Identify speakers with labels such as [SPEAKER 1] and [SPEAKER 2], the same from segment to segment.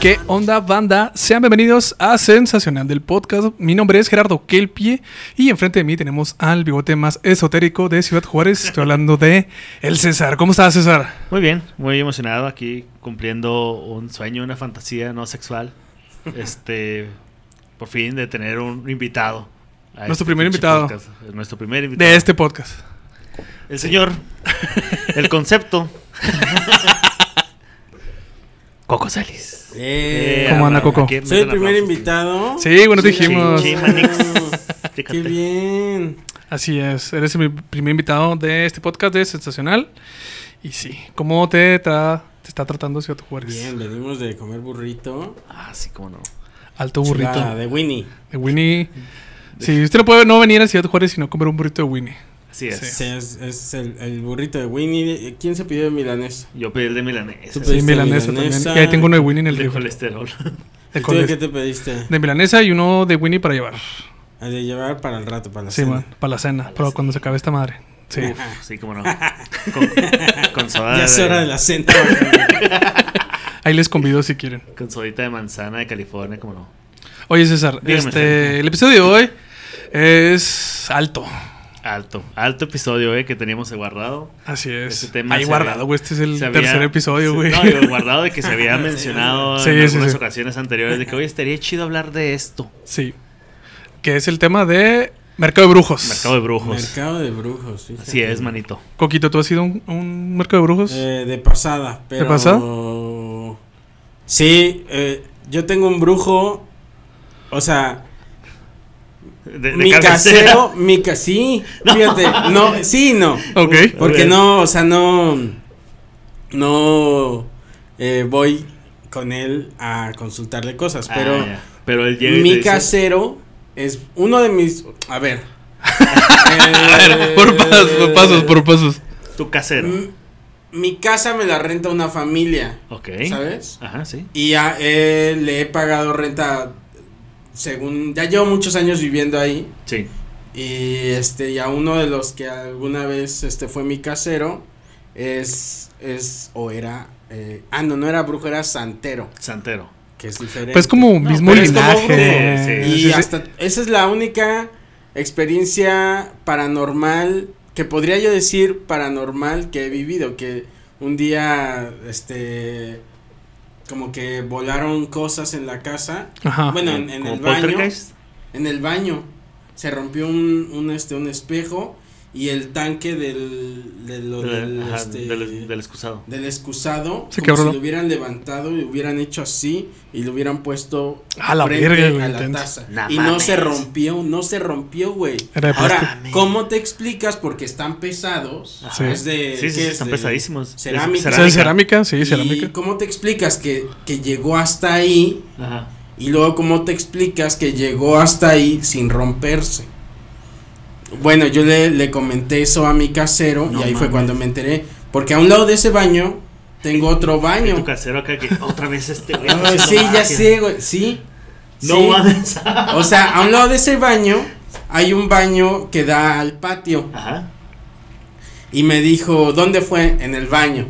[SPEAKER 1] ¿Qué onda, banda? Sean bienvenidos a Sensacional del Podcast. Mi nombre es Gerardo Kelpie y enfrente de mí tenemos al bigote más esotérico de Ciudad Juárez. Estoy hablando de el César. ¿Cómo estás, César?
[SPEAKER 2] Muy bien, muy emocionado aquí cumpliendo un sueño, una fantasía no sexual. Este, por fin de tener un invitado. a este
[SPEAKER 1] Nuestro primer
[SPEAKER 2] pinche
[SPEAKER 1] invitado.
[SPEAKER 2] podcast. Es Nuestro primer invitado.
[SPEAKER 1] De este podcast.
[SPEAKER 2] El señor, el concepto. Coco Celis.
[SPEAKER 1] Eh, ¿Cómo anda, Coco?
[SPEAKER 3] Soy el primer invitado.
[SPEAKER 1] Sí, bueno, te dijimos.
[SPEAKER 2] Sí, Manix.
[SPEAKER 3] Qué
[SPEAKER 2] Fíjate.
[SPEAKER 3] bien.
[SPEAKER 1] Así es, eres mi primer invitado de este podcast de Sensacional. Y sí, ¿cómo te, tra- te está tratando Ciudad Juárez?
[SPEAKER 3] Bien, le dimos de comer burrito.
[SPEAKER 2] Ah, sí, cómo no.
[SPEAKER 1] Alto burrito
[SPEAKER 3] Chulada, de Winnie.
[SPEAKER 1] de Winnie. Sí, usted no puede no venir a Ciudad Juárez sino comer un burrito de Winnie.
[SPEAKER 2] Así es.
[SPEAKER 3] Sí, es es el, el burrito de Winnie. ¿Quién se pidió de milanés?
[SPEAKER 2] Yo pedí el de milanés.
[SPEAKER 3] Tú
[SPEAKER 1] Sí,
[SPEAKER 3] pediste
[SPEAKER 1] milanesa también.
[SPEAKER 3] milanesa.
[SPEAKER 1] Y ahí tengo uno de Winnie en el
[SPEAKER 2] De
[SPEAKER 1] rifle.
[SPEAKER 2] colesterol.
[SPEAKER 3] ¿Tú
[SPEAKER 1] De,
[SPEAKER 3] de
[SPEAKER 1] colest-
[SPEAKER 3] qué te pediste?
[SPEAKER 1] de milanesa y uno de Winnie para llevar.
[SPEAKER 3] A de llevar para el rato, para la
[SPEAKER 1] Sí,
[SPEAKER 3] cena.
[SPEAKER 1] man, para la cena, para cuando se acabe esta madre. Sí.
[SPEAKER 2] Ah, Sí, cómo no. Con, con soda.
[SPEAKER 3] Ya es hora de la cena. güey.
[SPEAKER 1] Ahí les convido si quieren.
[SPEAKER 2] Con sodita de manzana de California, cómo no.
[SPEAKER 1] Oye, César,
[SPEAKER 2] Dígame,
[SPEAKER 1] este,
[SPEAKER 2] César.
[SPEAKER 1] el episodio de hoy es alto.
[SPEAKER 2] Alto, alto episodio, eh, que teníamos guardado.
[SPEAKER 1] Así es.
[SPEAKER 2] Este tema
[SPEAKER 1] Ahí
[SPEAKER 2] se
[SPEAKER 1] guardado,
[SPEAKER 2] había-
[SPEAKER 1] güey. Este es el
[SPEAKER 2] se había-
[SPEAKER 1] tercer episodio,
[SPEAKER 2] se-
[SPEAKER 1] güey.
[SPEAKER 2] No, digo, guardado de que se había mencionado
[SPEAKER 1] Sí,
[SPEAKER 2] en
[SPEAKER 1] sí,
[SPEAKER 2] algunas
[SPEAKER 1] sí.
[SPEAKER 2] ocasiones anteriores de que hoy estaría chido hablar de esto.
[SPEAKER 1] sí. Que es el tema de mercado de brujos.
[SPEAKER 2] Mercado de brujos.
[SPEAKER 3] Mercado de brujos. fíjate.
[SPEAKER 2] Así es, manito.
[SPEAKER 1] Coquito, ¿tú has sido un, un mercado de brujos?
[SPEAKER 3] Eh, de pasada, pero.
[SPEAKER 1] Pues, pasada?
[SPEAKER 3] Sí, eh, yo tengo un brujo. O sea,
[SPEAKER 2] De, de
[SPEAKER 3] mi
[SPEAKER 2] cabecera.
[SPEAKER 3] casero, mi ca- sí, fíjate, no, sí, no,
[SPEAKER 1] ok.
[SPEAKER 3] porque
[SPEAKER 2] Ok.
[SPEAKER 3] no, o sea, no, no eh, voy con él a consultarle cosas,
[SPEAKER 2] Ah,
[SPEAKER 3] pero
[SPEAKER 2] ya. pero él llega y te
[SPEAKER 3] mi
[SPEAKER 2] dice,
[SPEAKER 3] casero es uno de mis, a ver,
[SPEAKER 1] A
[SPEAKER 3] eh,
[SPEAKER 1] ver, por pasos, por pasos, por pasos.
[SPEAKER 2] Tu casero.
[SPEAKER 3] m- mi casa me la renta una familia,
[SPEAKER 2] ok.
[SPEAKER 3] ¿sabes?
[SPEAKER 2] Ajá, sí.
[SPEAKER 3] Y a él le he pagado renta, según, ya llevo muchos años viviendo ahí,
[SPEAKER 2] Sí.
[SPEAKER 3] Y este, y a uno de los que alguna vez este fue mi casero, es, es, o era, eh, ah, no, no era brujo, era santero,
[SPEAKER 2] Santero.
[SPEAKER 3] que es diferente.
[SPEAKER 1] Pues como mismo
[SPEAKER 3] pero es como
[SPEAKER 1] linaje.
[SPEAKER 2] brujo,
[SPEAKER 3] Y
[SPEAKER 2] sí,
[SPEAKER 1] Sí, sí.
[SPEAKER 3] hasta, esa es la única experiencia paranormal, que podría yo decir paranormal que he vivido, que un día, este, como que volaron cosas en la casa,
[SPEAKER 1] Ajá.
[SPEAKER 3] bueno, en, en
[SPEAKER 2] Como
[SPEAKER 3] el baño.
[SPEAKER 2] poltergeist.
[SPEAKER 3] En el baño. Se rompió un, un, este, un espejo y el tanque del, de lo del,
[SPEAKER 2] Ajá,
[SPEAKER 3] este,
[SPEAKER 2] del, del excusado.
[SPEAKER 3] del excusado.
[SPEAKER 1] Se
[SPEAKER 3] como
[SPEAKER 1] quebró,
[SPEAKER 3] si
[SPEAKER 1] ¿no?
[SPEAKER 3] lo hubieran levantado y lo hubieran hecho así y lo hubieran puesto
[SPEAKER 1] A la
[SPEAKER 3] frente
[SPEAKER 1] verga, güey,
[SPEAKER 3] a la
[SPEAKER 1] intenso.
[SPEAKER 3] taza.
[SPEAKER 2] No
[SPEAKER 3] y no se
[SPEAKER 2] mames.
[SPEAKER 3] rompió, no se rompió, güey.
[SPEAKER 1] Era de
[SPEAKER 3] Ahora,
[SPEAKER 2] plástico.
[SPEAKER 3] ¿cómo te explicas? Porque están pesados.
[SPEAKER 1] Sí.
[SPEAKER 3] Es de,
[SPEAKER 2] Sí,
[SPEAKER 3] ¿qué
[SPEAKER 2] sí, sí,
[SPEAKER 3] es?
[SPEAKER 2] están
[SPEAKER 3] De
[SPEAKER 2] pesadísimos.
[SPEAKER 3] cerámica.
[SPEAKER 1] O sea, cerámica, sí,
[SPEAKER 3] ¿Y
[SPEAKER 1] cerámica.
[SPEAKER 3] ¿Cómo te explicas que, que llegó hasta ahí
[SPEAKER 2] Ajá.
[SPEAKER 3] y luego, ¿cómo te explicas que llegó hasta ahí sin romperse? Bueno, yo le, le comenté eso a mi casero
[SPEAKER 2] No
[SPEAKER 3] y ahí fue
[SPEAKER 2] mames.
[SPEAKER 3] cuando me enteré. Porque a un lado de ese baño tengo otro
[SPEAKER 2] Y
[SPEAKER 3] baño.
[SPEAKER 2] tu casero acá que otra vez este güey.
[SPEAKER 3] Ah,
[SPEAKER 2] haciendo
[SPEAKER 3] sí, ya
[SPEAKER 2] magia.
[SPEAKER 3] sé, güey. Sí.
[SPEAKER 2] No
[SPEAKER 3] sí.
[SPEAKER 2] mames.
[SPEAKER 3] O sea, a un lado de ese baño hay un baño que da al patio.
[SPEAKER 2] Ajá.
[SPEAKER 3] Y me dijo, ¿dónde fue? En el baño.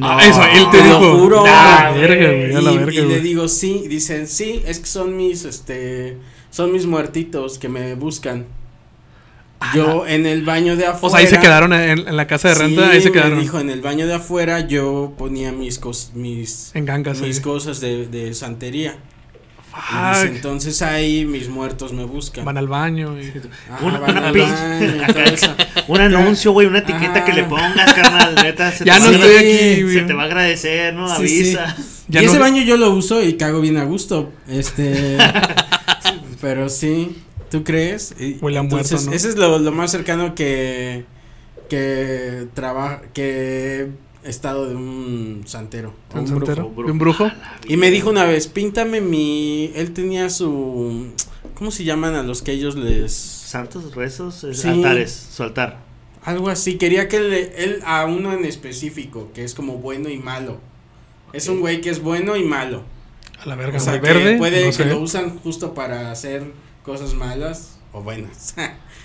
[SPEAKER 1] Ah, eso, él te
[SPEAKER 3] Te
[SPEAKER 1] dijo.
[SPEAKER 3] lo juro.
[SPEAKER 1] Ah,
[SPEAKER 2] güey.
[SPEAKER 1] verga, güey, a la
[SPEAKER 3] y,
[SPEAKER 1] verga,
[SPEAKER 3] y le
[SPEAKER 1] güey.
[SPEAKER 3] digo, sí, dicen, sí, es que son mis, este, son mis muertitos que me buscan. Yo en el baño de afuera.
[SPEAKER 1] O sea, ahí se quedaron en, en la casa de renta,
[SPEAKER 3] Sí,
[SPEAKER 1] ahí se
[SPEAKER 3] me
[SPEAKER 1] quedaron.
[SPEAKER 3] dijo, en el baño de afuera yo ponía mis cos, mis,
[SPEAKER 1] En gangas.
[SPEAKER 3] mis
[SPEAKER 1] ahí.
[SPEAKER 3] cosas de, de santería. Y dice,
[SPEAKER 1] Fuck,
[SPEAKER 3] entonces ahí mis muertos me buscan.
[SPEAKER 1] Ah, Van al baño. y-
[SPEAKER 3] Ajá,
[SPEAKER 2] Una-
[SPEAKER 3] van
[SPEAKER 2] una
[SPEAKER 3] al
[SPEAKER 2] pin-
[SPEAKER 3] baño, todo eso.
[SPEAKER 2] Un anuncio, güey, una etiqueta
[SPEAKER 3] Ah.
[SPEAKER 2] que le pongas, carnal, neta, se
[SPEAKER 1] Ya
[SPEAKER 2] te
[SPEAKER 1] no
[SPEAKER 2] va a
[SPEAKER 1] estoy
[SPEAKER 2] agra-
[SPEAKER 1] aquí,
[SPEAKER 2] Se te
[SPEAKER 1] güey.
[SPEAKER 2] va a agradecer, ¿no?
[SPEAKER 3] Sí, sí.
[SPEAKER 2] Avisa.
[SPEAKER 1] Ya
[SPEAKER 3] y
[SPEAKER 1] no-
[SPEAKER 3] ese baño yo lo uso y cago bien a gusto. Este. pero sí, ¿tú crees? Y
[SPEAKER 1] Huele a muerto, ¿no?
[SPEAKER 3] Ese es lo, lo más cercano que. Que. Traba, que he estado de un santero. o
[SPEAKER 1] ¿Un
[SPEAKER 3] un brujo.
[SPEAKER 1] santero?
[SPEAKER 2] un brujo.
[SPEAKER 1] ¿De ¿Un brujo?
[SPEAKER 3] Y me dijo una vez: Píntame mi. Él tenía su. ¿Cómo se llaman a los que ellos les.?
[SPEAKER 2] Santos, rezos, es-
[SPEAKER 3] Sí.
[SPEAKER 2] altares, su altar.
[SPEAKER 3] Algo así. Quería que le- él. A uno en específico, que es como bueno y malo. Es un güey que es bueno y malo.
[SPEAKER 1] A la verga,
[SPEAKER 3] O sea,
[SPEAKER 1] güey,
[SPEAKER 3] que
[SPEAKER 1] verde.
[SPEAKER 3] puede
[SPEAKER 1] no
[SPEAKER 3] que
[SPEAKER 1] sé.
[SPEAKER 3] lo usan justo para hacer cosas malas o buenas.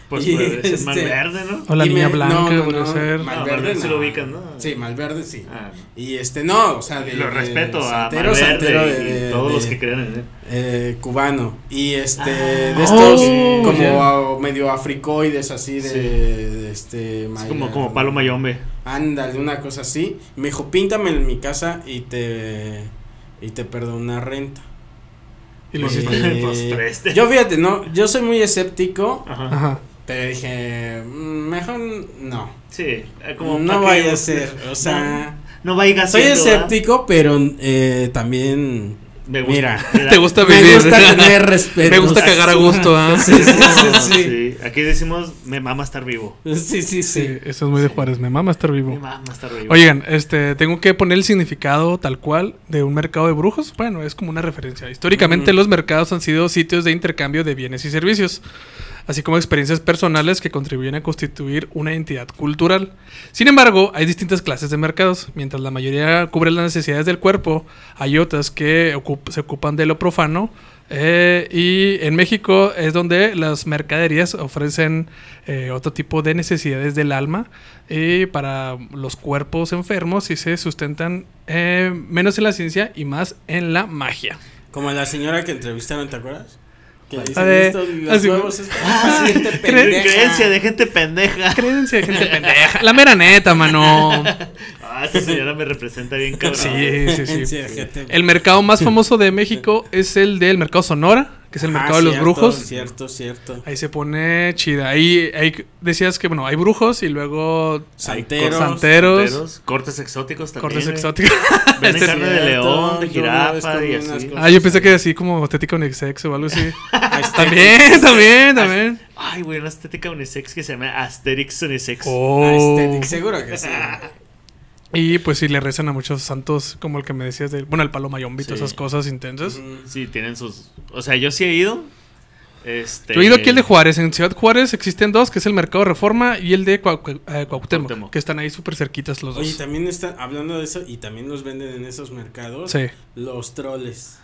[SPEAKER 2] Pues
[SPEAKER 3] Y,
[SPEAKER 2] puede ser más
[SPEAKER 3] este,
[SPEAKER 2] verde, ¿no?
[SPEAKER 1] O la
[SPEAKER 3] Y
[SPEAKER 1] niña
[SPEAKER 3] me-
[SPEAKER 1] blanca,
[SPEAKER 3] no, no,
[SPEAKER 1] podría
[SPEAKER 3] no,
[SPEAKER 1] ser.
[SPEAKER 2] Ma-
[SPEAKER 3] Malverde,
[SPEAKER 2] Malverde
[SPEAKER 3] no.
[SPEAKER 2] sí lo ubican, ¿no?
[SPEAKER 3] Sí, Malverde sí.
[SPEAKER 2] Ah, no.
[SPEAKER 3] Y este, no, o sea, de.
[SPEAKER 2] Lo
[SPEAKER 3] de
[SPEAKER 2] respeto a
[SPEAKER 3] Santero,
[SPEAKER 2] Malverde
[SPEAKER 3] Santero
[SPEAKER 2] y
[SPEAKER 3] de- de-
[SPEAKER 2] todos los
[SPEAKER 3] de-
[SPEAKER 2] que crean en él.
[SPEAKER 3] eh, cubano. Y este,
[SPEAKER 2] Ah,
[SPEAKER 3] de estos
[SPEAKER 1] oh,
[SPEAKER 3] como
[SPEAKER 2] ya.
[SPEAKER 3] a- medio africoides, así de.
[SPEAKER 2] Sí.
[SPEAKER 3] de este,
[SPEAKER 2] Es
[SPEAKER 3] maya-
[SPEAKER 2] como, como Palo Mayombe.
[SPEAKER 3] Ándale, una cosa así. Me dijo, píntame en mi casa y te. Y te perdona renta.
[SPEAKER 1] Y lo
[SPEAKER 3] Eh,
[SPEAKER 1] hiciste.
[SPEAKER 2] Pues, preste.
[SPEAKER 3] yo fíjate, no, yo soy muy escéptico,
[SPEAKER 2] Ajá.
[SPEAKER 1] Ajá.
[SPEAKER 3] pero dije, "Mm, mejor no.
[SPEAKER 2] Sí, eh, como
[SPEAKER 3] no
[SPEAKER 2] pa' que-
[SPEAKER 3] vaya a ser, o sea,
[SPEAKER 2] No vaya
[SPEAKER 3] soy
[SPEAKER 2] siendo, ¿verdad?
[SPEAKER 3] escéptico, pero eh, también
[SPEAKER 2] Me gusta-
[SPEAKER 3] Mira.
[SPEAKER 2] me da-
[SPEAKER 1] Te gusta
[SPEAKER 3] me
[SPEAKER 1] vivir.
[SPEAKER 3] gusta tener respeto.
[SPEAKER 1] Me gusta cagar a gusto, ¿ah?
[SPEAKER 3] Sí, sí,
[SPEAKER 2] Ah,
[SPEAKER 3] sí, sí.
[SPEAKER 2] sí. Aquí decimos, me mama estar vivo.
[SPEAKER 3] Sí, sí, sí.
[SPEAKER 1] Sí, eso es muy de
[SPEAKER 2] Sí.
[SPEAKER 1] Juárez. Me mama estar
[SPEAKER 2] Me
[SPEAKER 1] vivo.
[SPEAKER 2] mama estar vivo.
[SPEAKER 1] Oigan, este, tengo que poner el significado tal cual de un mercado de brujos. Bueno, es como una referencia. Históricamente
[SPEAKER 3] Ujú.
[SPEAKER 1] los mercados han sido sitios de intercambio de bienes y servicios, así como experiencias personales que contribuyen a constituir una entidad cultural. Sin embargo, hay distintas clases de mercados. Mientras la mayoría cubre las necesidades del cuerpo, hay otras que ocup- se ocupan de lo profano. eh, y en México es donde las mercaderías ofrecen eh, otro tipo de necesidades del alma eh, para los cuerpos enfermos y se sustentan eh, menos en la ciencia y más en la magia.
[SPEAKER 3] Como la señora que entrevistaron, ¿te acuerdas? Que
[SPEAKER 1] Ah,
[SPEAKER 3] dice
[SPEAKER 1] de-
[SPEAKER 3] esto, los
[SPEAKER 1] así-
[SPEAKER 3] huevos es para gente pendeja".
[SPEAKER 2] Creencia de gente pendeja.
[SPEAKER 1] Creencia de gente pendeja. La mera neta, mano.
[SPEAKER 2] Ah, esa señora me representa bien cabrón.
[SPEAKER 1] Sí, sí, sí.
[SPEAKER 3] Creencia de gente-
[SPEAKER 1] El mercado más famoso de México es el del mercado Sonora, que es el
[SPEAKER 3] Ah,
[SPEAKER 1] mercado de los
[SPEAKER 3] cierto,
[SPEAKER 1] brujos.
[SPEAKER 3] Cierto, cierto.
[SPEAKER 1] Ahí se pone chida. Ahí, ahí decías que, bueno, hay brujos y luego
[SPEAKER 3] Santeros.
[SPEAKER 1] santeros,
[SPEAKER 2] Santeros, cortes exóticos también.
[SPEAKER 1] cortes
[SPEAKER 2] eh.
[SPEAKER 1] exóticos.
[SPEAKER 2] Venden
[SPEAKER 1] Este-
[SPEAKER 2] carne
[SPEAKER 3] Cierto,
[SPEAKER 2] de león, de
[SPEAKER 3] yo una vez
[SPEAKER 2] jirafa
[SPEAKER 3] comí
[SPEAKER 2] y
[SPEAKER 3] unas
[SPEAKER 2] así.
[SPEAKER 3] cosas.
[SPEAKER 1] Ah, yo pensé que así como estética unisex o algo así.
[SPEAKER 3] Aztecas.
[SPEAKER 1] también, también, también.
[SPEAKER 2] Ay, güey, una estética unisex que se llama Asterix Unisex.
[SPEAKER 1] Oh.
[SPEAKER 3] Aesthetic, seguro que sí.
[SPEAKER 1] Y pues sí, le rezan a muchos santos, como el que me decías, de, bueno, el palo mayombi, todas
[SPEAKER 2] Sí.
[SPEAKER 1] esas cosas intensas.
[SPEAKER 3] Ujú.
[SPEAKER 2] Sí, tienen sus. O sea, yo sí he ido. Este,
[SPEAKER 1] Yo he ido aquí el de Juárez. En Ciudad Juárez existen dos, que es el Mercado Reforma y el de Cuau- Cuau- eh, Cuauhtémoc,
[SPEAKER 2] Cuauhtémoc.
[SPEAKER 1] que están ahí súper cerquitas los
[SPEAKER 3] Oye,
[SPEAKER 1] dos.
[SPEAKER 3] también están hablando de eso y también los venden en esos mercados.
[SPEAKER 1] sí.
[SPEAKER 3] Los troles.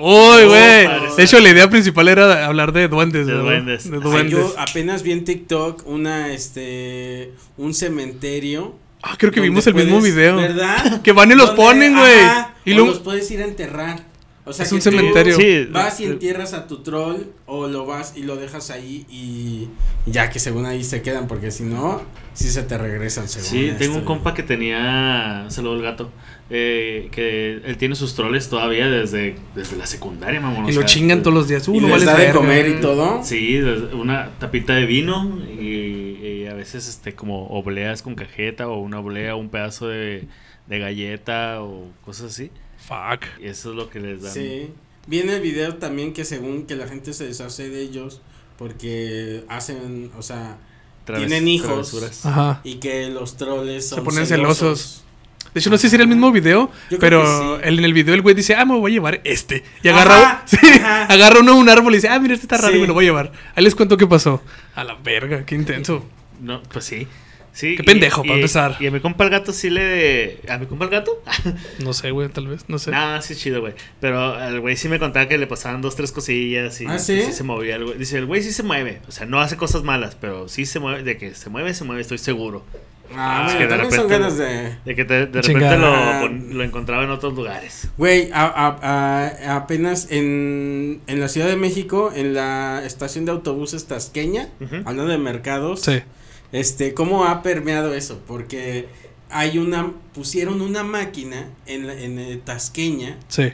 [SPEAKER 1] Uy, güey.
[SPEAKER 2] padre.
[SPEAKER 1] de hecho, la idea principal era hablar de duendes.
[SPEAKER 2] Oh, De
[SPEAKER 1] ¿verdad?
[SPEAKER 2] duendes.
[SPEAKER 1] De
[SPEAKER 2] Ay,
[SPEAKER 3] Ay,
[SPEAKER 1] duendes.
[SPEAKER 3] yo ah, apenas vi en TikTok una, este, un cementerio.
[SPEAKER 1] Ah, creo que
[SPEAKER 3] donde
[SPEAKER 1] vimos el mismo
[SPEAKER 3] puedes-
[SPEAKER 1] video.
[SPEAKER 3] ¿Verdad?
[SPEAKER 1] Que van y los
[SPEAKER 3] Donde-
[SPEAKER 1] ponen, güey.
[SPEAKER 3] ajá,
[SPEAKER 1] Y
[SPEAKER 3] o
[SPEAKER 1] luego-
[SPEAKER 3] los puedes ir a enterrar. O sea,
[SPEAKER 1] Es
[SPEAKER 3] que
[SPEAKER 1] un
[SPEAKER 3] tú
[SPEAKER 1] cementerio.
[SPEAKER 2] Sí, este,
[SPEAKER 3] Vas y entierras a tu troll o lo vas y lo dejas ahí y ya que según ahí se quedan porque si no, sí se te regresan según
[SPEAKER 2] Sí,
[SPEAKER 3] esto.
[SPEAKER 2] tengo un compa que tenía. Saludo al gato. eh, que él tiene sus troles todavía desde, desde la secundaria, mamón.
[SPEAKER 1] Y lo chingan todos los días. Uh,
[SPEAKER 3] Y
[SPEAKER 1] no
[SPEAKER 3] les
[SPEAKER 1] vales
[SPEAKER 3] da de
[SPEAKER 1] verga.
[SPEAKER 3] comer y todo.
[SPEAKER 2] Sí, desde una tapita de vino y, y a veces este como obleas con cajeta o una oblea, un pedazo de, de galleta o cosas así.
[SPEAKER 1] Fuck.
[SPEAKER 2] Y eso es lo que les dan.
[SPEAKER 3] Sí. Viene el video también que según que la gente se deshace de ellos porque hacen, o sea,
[SPEAKER 2] Traves-
[SPEAKER 3] Tienen hijos.
[SPEAKER 2] travesuras.
[SPEAKER 1] Ajá.
[SPEAKER 3] y que los troles son
[SPEAKER 1] ponen celosos. De hecho, no sé si era el mismo video,
[SPEAKER 3] Yo creo
[SPEAKER 1] pero
[SPEAKER 3] que sí.
[SPEAKER 1] el- en el video el güey dice, ah, me voy a llevar este. Y
[SPEAKER 3] Ajá,
[SPEAKER 1] agarra, sí,
[SPEAKER 3] ajá.
[SPEAKER 1] agarra uno de un árbol y dice, ah, mira, este está raro,
[SPEAKER 3] Sí.
[SPEAKER 1] me lo voy a llevar. Ahí les cuento qué pasó. A la verga, qué intenso.
[SPEAKER 2] No, pues sí. Sí,
[SPEAKER 1] Qué
[SPEAKER 2] y-
[SPEAKER 1] pendejo,
[SPEAKER 2] y-
[SPEAKER 1] para empezar.
[SPEAKER 2] Y a mi compa el gato sí le. ¿A mi compa el gato?
[SPEAKER 1] No sé, güey, tal vez, no sé.
[SPEAKER 2] Nah, sí, es chido, güey. Pero al güey sí me contaba que le pasaban dos, tres cosillas y
[SPEAKER 3] ¿Ah, sí?
[SPEAKER 2] se movía el güey. Dice, el güey sí se mueve. O sea, no hace cosas malas, pero sí se mueve. De que se mueve, se mueve, estoy seguro.
[SPEAKER 3] Ah,
[SPEAKER 2] Ah,
[SPEAKER 3] bueno,
[SPEAKER 2] es que de
[SPEAKER 3] también son
[SPEAKER 2] repente-
[SPEAKER 3] ganas de...
[SPEAKER 2] De que te- de
[SPEAKER 1] Chingada.
[SPEAKER 2] repente
[SPEAKER 3] Ah.
[SPEAKER 2] lo, pon- lo encontraba en otros lugares.
[SPEAKER 3] Güey, a- a- a- apenas en, en la Ciudad de México, en la estación de autobuses tasqueña,
[SPEAKER 2] Ujú.
[SPEAKER 3] hablando de mercados,
[SPEAKER 1] Sí.
[SPEAKER 3] este, ¿cómo ha permeado eso? Porque hay una, pusieron una máquina en, la- en eh, tasqueña
[SPEAKER 1] Sí.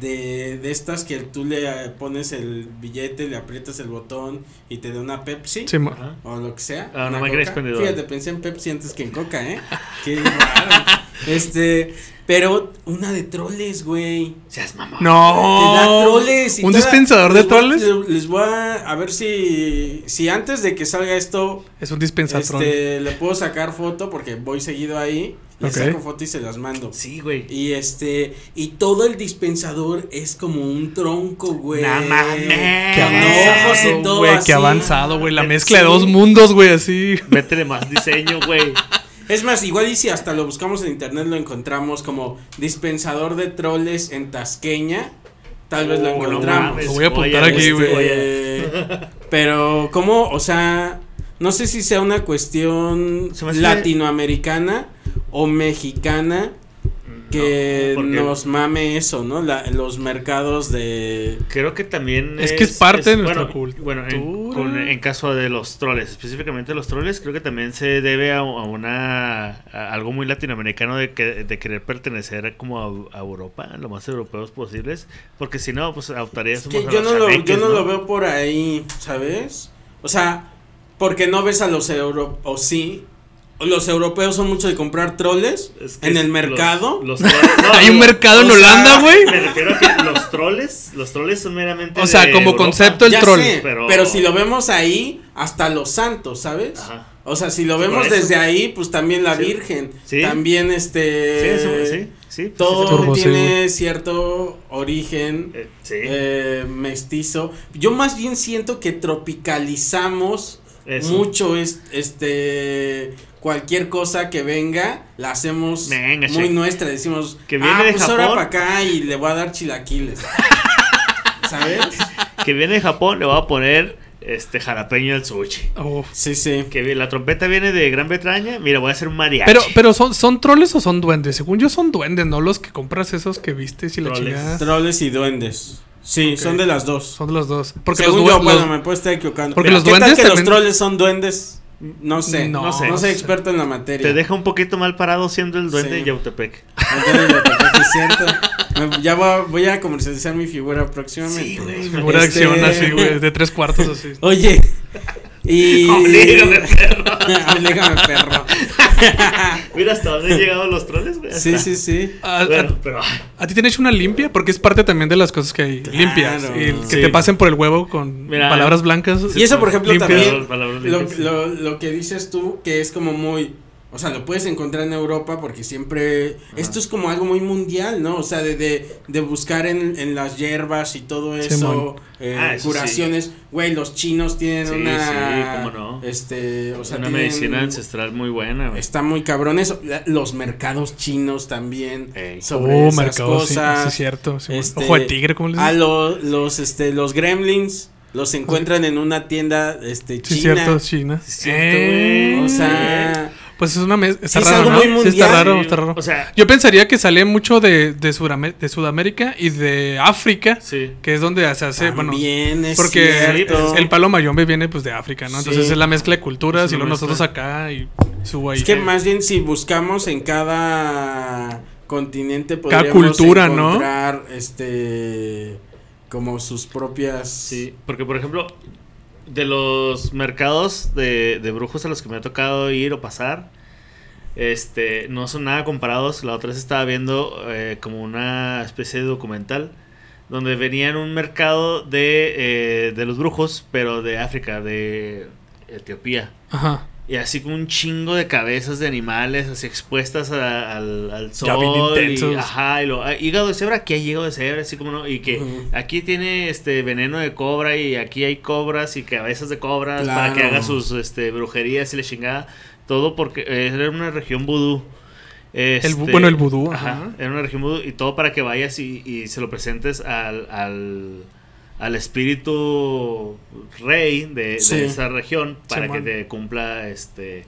[SPEAKER 3] de, de estas que tú le eh, pones el billete, le aprietas el botón y te da una Pepsi.
[SPEAKER 1] Sí, mo-
[SPEAKER 2] Ajá.
[SPEAKER 3] O lo que sea.
[SPEAKER 2] Ah,
[SPEAKER 3] una
[SPEAKER 2] una máquina
[SPEAKER 3] Coca.
[SPEAKER 2] expendedora.
[SPEAKER 3] Fíjate, pensé en Pepsi antes que en Coca, ¿eh? Qué raro. Este, pero una de troles, güey.
[SPEAKER 2] Seas mamón.
[SPEAKER 1] No.
[SPEAKER 3] Te da troles. y
[SPEAKER 1] ¿Un
[SPEAKER 3] te da-
[SPEAKER 1] dispensador de
[SPEAKER 3] les voy-
[SPEAKER 1] troles?
[SPEAKER 3] le- Les voy a, a ver si, si antes de que salga esto,
[SPEAKER 1] Es un dispensatrón.
[SPEAKER 3] este, le puedo sacar foto porque voy seguido ahí. Le
[SPEAKER 1] Ok.
[SPEAKER 3] saco foto y se las mando.
[SPEAKER 2] Sí, güey.
[SPEAKER 3] Y este, y todo el dispensador es como un tronco, güey.
[SPEAKER 2] No mames.
[SPEAKER 1] Qué
[SPEAKER 3] Con ojos y
[SPEAKER 1] avanzado,
[SPEAKER 3] todo
[SPEAKER 1] güey,
[SPEAKER 3] así. Eh,
[SPEAKER 1] qué avanzado, güey. La
[SPEAKER 2] Sí.
[SPEAKER 1] mezcla de dos mundos, güey, así.
[SPEAKER 2] Métele más diseño, güey.
[SPEAKER 3] Es más, igual y si hasta lo buscamos en internet lo encontramos como dispensador de troles en Tasqueña, tal vez lo
[SPEAKER 2] Oh, no
[SPEAKER 3] encontramos.
[SPEAKER 2] mames,
[SPEAKER 1] Lo voy a apuntar
[SPEAKER 2] joya,
[SPEAKER 1] aquí,
[SPEAKER 2] este,
[SPEAKER 1] güey.
[SPEAKER 2] joya.
[SPEAKER 3] Este, Pero, ¿cómo? O sea, no sé si sea una cuestión
[SPEAKER 2] Se me hace-
[SPEAKER 3] latinoamericana o mexicana que
[SPEAKER 2] No, porque
[SPEAKER 3] nos mame eso, ¿no? La- los mercados de...
[SPEAKER 2] Creo que también
[SPEAKER 1] Es que es parte de nuestra
[SPEAKER 2] bueno,
[SPEAKER 1] cultura.
[SPEAKER 2] Bueno, en, con- en caso de los troles, específicamente los troles, creo que también se debe a, a una a algo muy latinoamericano de, que, de querer pertenecer como a, a Europa, lo más europeos posibles, porque si no, pues adoptarías
[SPEAKER 3] Es que yo no, lo, yo no lo veo por ahí, ¿sabes? O sea, porque no ves a los europeos, o sí. Los europeos son mucho de comprar troles en el mercado.
[SPEAKER 2] Los, troles, no,
[SPEAKER 1] Hay un
[SPEAKER 2] no,
[SPEAKER 1] mercado en
[SPEAKER 3] o sea,
[SPEAKER 1] Holanda, güey.
[SPEAKER 2] Me refiero a que los troles, los troles son meramente
[SPEAKER 1] O sea,
[SPEAKER 2] de
[SPEAKER 1] como
[SPEAKER 2] Europa.
[SPEAKER 1] concepto, el
[SPEAKER 3] ya
[SPEAKER 1] troll.
[SPEAKER 3] sé, pero...
[SPEAKER 2] Pero-
[SPEAKER 3] si lo vemos ahí, hasta los santos, ¿sabes?
[SPEAKER 2] Ajá.
[SPEAKER 3] O sea, si lo
[SPEAKER 2] Sí,
[SPEAKER 3] vemos
[SPEAKER 2] por eso.
[SPEAKER 3] desde ahí, pues también la
[SPEAKER 2] Sí.
[SPEAKER 3] Virgen,
[SPEAKER 2] Sí.
[SPEAKER 3] también
[SPEAKER 2] Sí,
[SPEAKER 3] este...
[SPEAKER 2] eso- sí, sí, pues,
[SPEAKER 3] Todo
[SPEAKER 2] sí,
[SPEAKER 1] Turbo, sí,
[SPEAKER 3] tiene cierto origen
[SPEAKER 2] eh, sí.
[SPEAKER 3] eh, mestizo. Yo más bien siento que tropicalizamos
[SPEAKER 2] Eso.
[SPEAKER 3] mucho es- este cualquier cosa que venga la hacemos
[SPEAKER 2] Venga,
[SPEAKER 3] muy
[SPEAKER 2] che.
[SPEAKER 3] nuestra decimos
[SPEAKER 2] Que viene
[SPEAKER 3] ah
[SPEAKER 2] de
[SPEAKER 3] pues ahora
[SPEAKER 2] Japón".
[SPEAKER 3] para acá y le voy a dar chilaquiles sabes
[SPEAKER 2] que viene de Japón le va a poner este jalapeño al sushi.
[SPEAKER 1] Uf.
[SPEAKER 3] sí sí
[SPEAKER 2] Que vi- la trompeta viene de Gran Bretaña, mira, voy a hacer un mariachi.
[SPEAKER 1] Pero, pero son, son troles o son duendes. Según yo son duendes, no los que compras esos que vistes y la
[SPEAKER 2] Troles.
[SPEAKER 1] chingada.
[SPEAKER 3] troles y duendes sí son de las dos
[SPEAKER 1] Son los dos. Porque
[SPEAKER 3] según
[SPEAKER 1] los,
[SPEAKER 3] yo
[SPEAKER 1] duen-
[SPEAKER 3] bueno
[SPEAKER 1] los-
[SPEAKER 3] me puedo estar equivocando
[SPEAKER 1] porque
[SPEAKER 3] Mira,
[SPEAKER 1] los
[SPEAKER 3] ¿qué tal
[SPEAKER 1] duendes
[SPEAKER 3] que los
[SPEAKER 1] también-
[SPEAKER 3] troles son duendes no sé
[SPEAKER 1] No,
[SPEAKER 3] no,
[SPEAKER 2] no
[SPEAKER 3] sé
[SPEAKER 2] sé.
[SPEAKER 3] no soy experto en la materia
[SPEAKER 2] Te deja un poquito mal parado siendo el duende
[SPEAKER 3] Sí.
[SPEAKER 2] de Yautepec.
[SPEAKER 3] Entonces, lo que es cierto. Me- ya voy a, voy a comercializar mi figura
[SPEAKER 2] Ah,
[SPEAKER 3] próximamente
[SPEAKER 1] Figura de
[SPEAKER 3] Este-
[SPEAKER 1] acción así, güey, de tres cuartos así.
[SPEAKER 3] Oye. Y.
[SPEAKER 2] Oblígame, perro.
[SPEAKER 3] Oblígame, perro.
[SPEAKER 2] Mira hasta dónde han llegado los troles, güey.
[SPEAKER 3] sí,
[SPEAKER 2] hasta-
[SPEAKER 3] sí, sí.
[SPEAKER 1] A,
[SPEAKER 2] Bueno, pero
[SPEAKER 1] a- a ti te han hecho una limpia porque es parte también de las cosas que hay.
[SPEAKER 3] Claro.
[SPEAKER 1] Limpias. Y el que
[SPEAKER 2] Sí.
[SPEAKER 1] te pasen por el huevo con
[SPEAKER 2] Mira,
[SPEAKER 1] palabras blancas.
[SPEAKER 3] Y eso, por ejemplo,
[SPEAKER 1] limpias.
[SPEAKER 3] también.
[SPEAKER 2] Palabras
[SPEAKER 3] Lo,
[SPEAKER 2] limpias.
[SPEAKER 3] lo, lo que dices tú, que es como muy. O sea, lo puedes encontrar en Europa porque siempre. Esto es como algo muy mundial, ¿no? O sea, de, de, de buscar en, en las hierbas y todo eso.
[SPEAKER 1] Simón.
[SPEAKER 3] eh,
[SPEAKER 2] Ah, eso sí.
[SPEAKER 3] curaciones. Güey, los chinos tienen
[SPEAKER 2] Sí,
[SPEAKER 3] una.
[SPEAKER 2] sí, cómo no.
[SPEAKER 3] Este. O sea,
[SPEAKER 2] una
[SPEAKER 3] tienen-
[SPEAKER 2] medicina ancestral muy buena, güey.
[SPEAKER 3] Está muy cabrón eso. La- Los mercados chinos también.
[SPEAKER 2] Ey. Uh,
[SPEAKER 3] Sobre
[SPEAKER 1] oh,
[SPEAKER 3] esas
[SPEAKER 1] mercado, sí,
[SPEAKER 3] cosas.
[SPEAKER 1] sí, cierto. sí,
[SPEAKER 3] Este,
[SPEAKER 1] Ojo de tigre, ¿cómo les
[SPEAKER 3] A
[SPEAKER 1] dicen?
[SPEAKER 3] lo- los, este, los gremlins los encuentran en una tienda este, china.
[SPEAKER 1] Sí, cierto, China.
[SPEAKER 2] Sí, cierto,
[SPEAKER 1] Eh,
[SPEAKER 2] güey.
[SPEAKER 3] O sea,
[SPEAKER 1] Pues es una mezcla. Está
[SPEAKER 3] Sí, es
[SPEAKER 1] raro,
[SPEAKER 3] algo
[SPEAKER 1] ¿no?
[SPEAKER 3] muy
[SPEAKER 1] Sí, está
[SPEAKER 3] mundial.
[SPEAKER 1] raro, está raro.
[SPEAKER 2] O sea,
[SPEAKER 1] Yo pensaría que sale mucho de, de, Sudamé- de Sudamérica y de África,
[SPEAKER 2] sí.
[SPEAKER 1] que es donde se hace, bueno,
[SPEAKER 3] también es
[SPEAKER 1] porque
[SPEAKER 3] cierto.
[SPEAKER 1] el palo mayombe viene pues de África, ¿no?
[SPEAKER 3] Sí.
[SPEAKER 1] Entonces es la mezcla de culturas
[SPEAKER 2] Es
[SPEAKER 1] y
[SPEAKER 2] una
[SPEAKER 1] luego
[SPEAKER 2] mezcla.
[SPEAKER 1] nosotros acá y subo ahí.
[SPEAKER 3] Es que más bien si buscamos en cada continente
[SPEAKER 1] Cada
[SPEAKER 3] podríamos
[SPEAKER 1] cultura, ¿no?
[SPEAKER 3] encontrar este como sus propias
[SPEAKER 2] Sí, porque por ejemplo, de los mercados de, de brujos a los que me ha tocado ir o pasar, este, no son nada comparados. La otra vez estaba viendo eh, como una especie de documental donde venían un mercado de, eh, de los brujos, pero de África, de Etiopía.
[SPEAKER 1] Ajá.
[SPEAKER 2] Y así como un chingo de cabezas de animales así expuestas a- al, al sol.
[SPEAKER 1] Ya bien
[SPEAKER 2] y-
[SPEAKER 1] intensos.
[SPEAKER 2] ajá, y lo, ah, hígado de cebra, aquí hay hígado de cebra, así como no. Y que
[SPEAKER 3] Ujú.
[SPEAKER 2] aquí tiene este veneno de cobra y aquí hay cobras y cabezas de cobras para que
[SPEAKER 3] Claro.
[SPEAKER 2] haga sus este, brujerías y la chingada. Todo porque eh, era una región vudú.
[SPEAKER 1] El bu-
[SPEAKER 2] Este,
[SPEAKER 1] bueno, el vudú, ajá.
[SPEAKER 2] Era una región vudú y todo para que vayas y, y se lo presentes al, al, al espíritu rey de, de
[SPEAKER 3] Sí.
[SPEAKER 2] esa región para que
[SPEAKER 1] Simón.
[SPEAKER 2] te cumpla este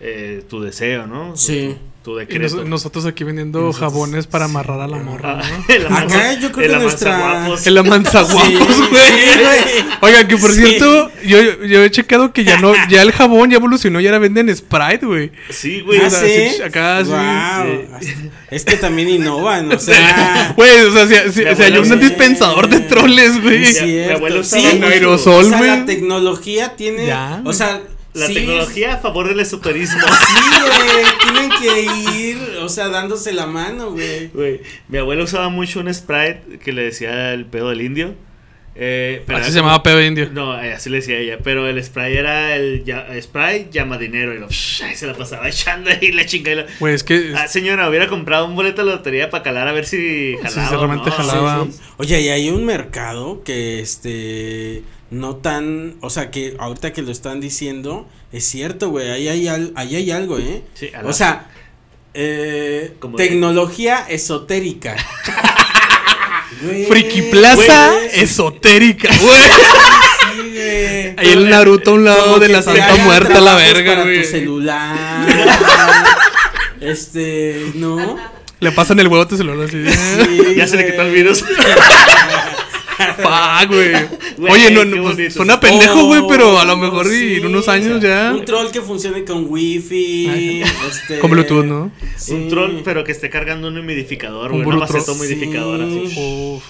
[SPEAKER 2] eh, tu deseo, ¿no?
[SPEAKER 3] Sí.
[SPEAKER 2] Tu, tu
[SPEAKER 1] Y nos-
[SPEAKER 2] decreto.
[SPEAKER 1] nosotros aquí vendiendo
[SPEAKER 2] Nosotros-
[SPEAKER 1] jabones para
[SPEAKER 2] sí.
[SPEAKER 1] amarrar a la
[SPEAKER 2] Ah,
[SPEAKER 1] morra, ¿no?
[SPEAKER 2] el amanza-
[SPEAKER 3] Acá yo creo
[SPEAKER 2] el
[SPEAKER 3] que
[SPEAKER 2] amanza
[SPEAKER 3] nuestra-
[SPEAKER 2] guapos.
[SPEAKER 1] El amanzaguapos,
[SPEAKER 3] Sí,
[SPEAKER 1] güey.
[SPEAKER 3] Ah, sí, güey.
[SPEAKER 1] Oigan, que por
[SPEAKER 3] Sí.
[SPEAKER 1] cierto, yo, yo he checado que ya no, ya el jabón ya evolucionó y ahora venden Sprite, güey.
[SPEAKER 2] Sí, güey.
[SPEAKER 1] Ah,
[SPEAKER 2] o sea,
[SPEAKER 1] sí. acá, sí,
[SPEAKER 3] Guau. Es que también innovan, o sea.
[SPEAKER 1] Güey, o sea, si, si-
[SPEAKER 2] Mi
[SPEAKER 1] o sea, hay
[SPEAKER 2] abuelo
[SPEAKER 1] un
[SPEAKER 2] sí.
[SPEAKER 1] dispensador de troles, güey.
[SPEAKER 3] es
[SPEAKER 2] Sí, mi abuelo
[SPEAKER 3] cierto.
[SPEAKER 2] usaba
[SPEAKER 3] Sí,
[SPEAKER 1] un
[SPEAKER 3] o
[SPEAKER 1] aerosol,
[SPEAKER 3] sea,
[SPEAKER 1] güey.
[SPEAKER 3] la tecnología tiene.
[SPEAKER 1] Ya.
[SPEAKER 3] O sea,
[SPEAKER 2] La
[SPEAKER 3] sí,
[SPEAKER 2] tecnología a favor del esoterismo.
[SPEAKER 3] Sí, güey. Tienen que ir, o sea, dándose la mano, güey.
[SPEAKER 2] Güey, mi abuelo usaba mucho un sprite que le decía el pedo del indio. Eh, pero
[SPEAKER 1] Así
[SPEAKER 2] era
[SPEAKER 1] se
[SPEAKER 2] como-
[SPEAKER 1] llamaba Pepe Indio.
[SPEAKER 2] No, eh, así le decía ella, pero el spray era el ya- spray llama dinero y lo, ay, se la pasaba echando ahí la chinga y lo-
[SPEAKER 1] Güey, es que.
[SPEAKER 2] Ah, señora, hubiera comprado un boleto de lotería para calar a ver si jalaba.
[SPEAKER 1] si
[SPEAKER 2] o
[SPEAKER 1] realmente
[SPEAKER 2] no.
[SPEAKER 1] jalaba.
[SPEAKER 3] Oye, y hay un mercado que este no tan, o sea, que ahorita que lo están diciendo, es cierto, güey, ahí hay al- ahí hay algo, ¿eh?
[SPEAKER 2] Sí, a la-
[SPEAKER 3] O sea, eh,
[SPEAKER 2] Como de-
[SPEAKER 3] tecnología esotérica. Güey,
[SPEAKER 1] Friki Plaza
[SPEAKER 3] güey,
[SPEAKER 1] esotérica, güey.
[SPEAKER 3] sí, güey.
[SPEAKER 1] Y el Naruto a un lado
[SPEAKER 3] Como
[SPEAKER 1] de
[SPEAKER 3] que
[SPEAKER 1] la
[SPEAKER 3] te
[SPEAKER 1] Santa
[SPEAKER 3] hagan
[SPEAKER 1] Muerta a la
[SPEAKER 3] trabajos
[SPEAKER 1] verga,
[SPEAKER 3] para tu
[SPEAKER 1] güey.
[SPEAKER 3] celular. este, no.
[SPEAKER 1] Le pasan el huevo a tu celular así.
[SPEAKER 3] Sí,
[SPEAKER 2] Ya se le
[SPEAKER 3] güey.
[SPEAKER 2] quitó el virus.
[SPEAKER 1] Fuck, güey.
[SPEAKER 2] Güey,
[SPEAKER 1] Oye, no,
[SPEAKER 2] qué
[SPEAKER 1] no, pues,
[SPEAKER 2] bonito.
[SPEAKER 1] suena pendejo, güey,
[SPEAKER 3] Oh,
[SPEAKER 1] pero a lo mejor y en
[SPEAKER 3] sí,
[SPEAKER 1] unos años
[SPEAKER 3] o sea,
[SPEAKER 1] ya.
[SPEAKER 3] Un troll que funcione con wifi.
[SPEAKER 1] Ay.
[SPEAKER 3] este,
[SPEAKER 1] Con Bluetooth, ¿no?
[SPEAKER 3] sí. Pues
[SPEAKER 2] Un troll, pero que esté cargando un humidificador,
[SPEAKER 1] Un
[SPEAKER 2] güey. Una
[SPEAKER 1] Bluetooth.
[SPEAKER 2] maceta humidificadora.
[SPEAKER 3] Sí.
[SPEAKER 2] así.
[SPEAKER 1] Uf.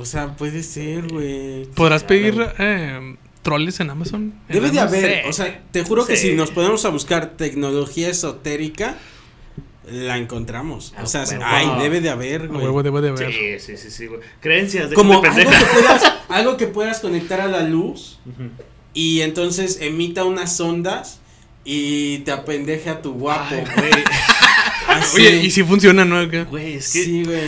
[SPEAKER 3] O sea, puede ser, güey.
[SPEAKER 1] ¿Podrás pedir eh, troles en Amazon? En
[SPEAKER 3] Debe de
[SPEAKER 1] Amazon.
[SPEAKER 3] haber,
[SPEAKER 1] Sí.
[SPEAKER 3] o sea, te juro que
[SPEAKER 2] Sí.
[SPEAKER 3] si nos ponemos a buscar tecnología esotérica, la encontramos.
[SPEAKER 2] Ah,
[SPEAKER 3] O sea,
[SPEAKER 2] huevo.
[SPEAKER 3] ay, debe de haber,
[SPEAKER 1] A
[SPEAKER 3] güey.
[SPEAKER 1] huevo debe de haber.
[SPEAKER 2] Sí, sí, sí, sí, güey. Creencias, déjate
[SPEAKER 3] Como
[SPEAKER 2] de
[SPEAKER 3] algo que,
[SPEAKER 2] pendeja.
[SPEAKER 3] puedas, algo que puedas conectar a la luz
[SPEAKER 2] Ujú.
[SPEAKER 3] y entonces emita unas ondas y te apendeje a tu guapo.
[SPEAKER 2] Ay, güey.
[SPEAKER 3] Así.
[SPEAKER 1] Ah, Oye, y si funciona, ¿no? Acá.
[SPEAKER 2] Güey, es que
[SPEAKER 3] Sí, güey.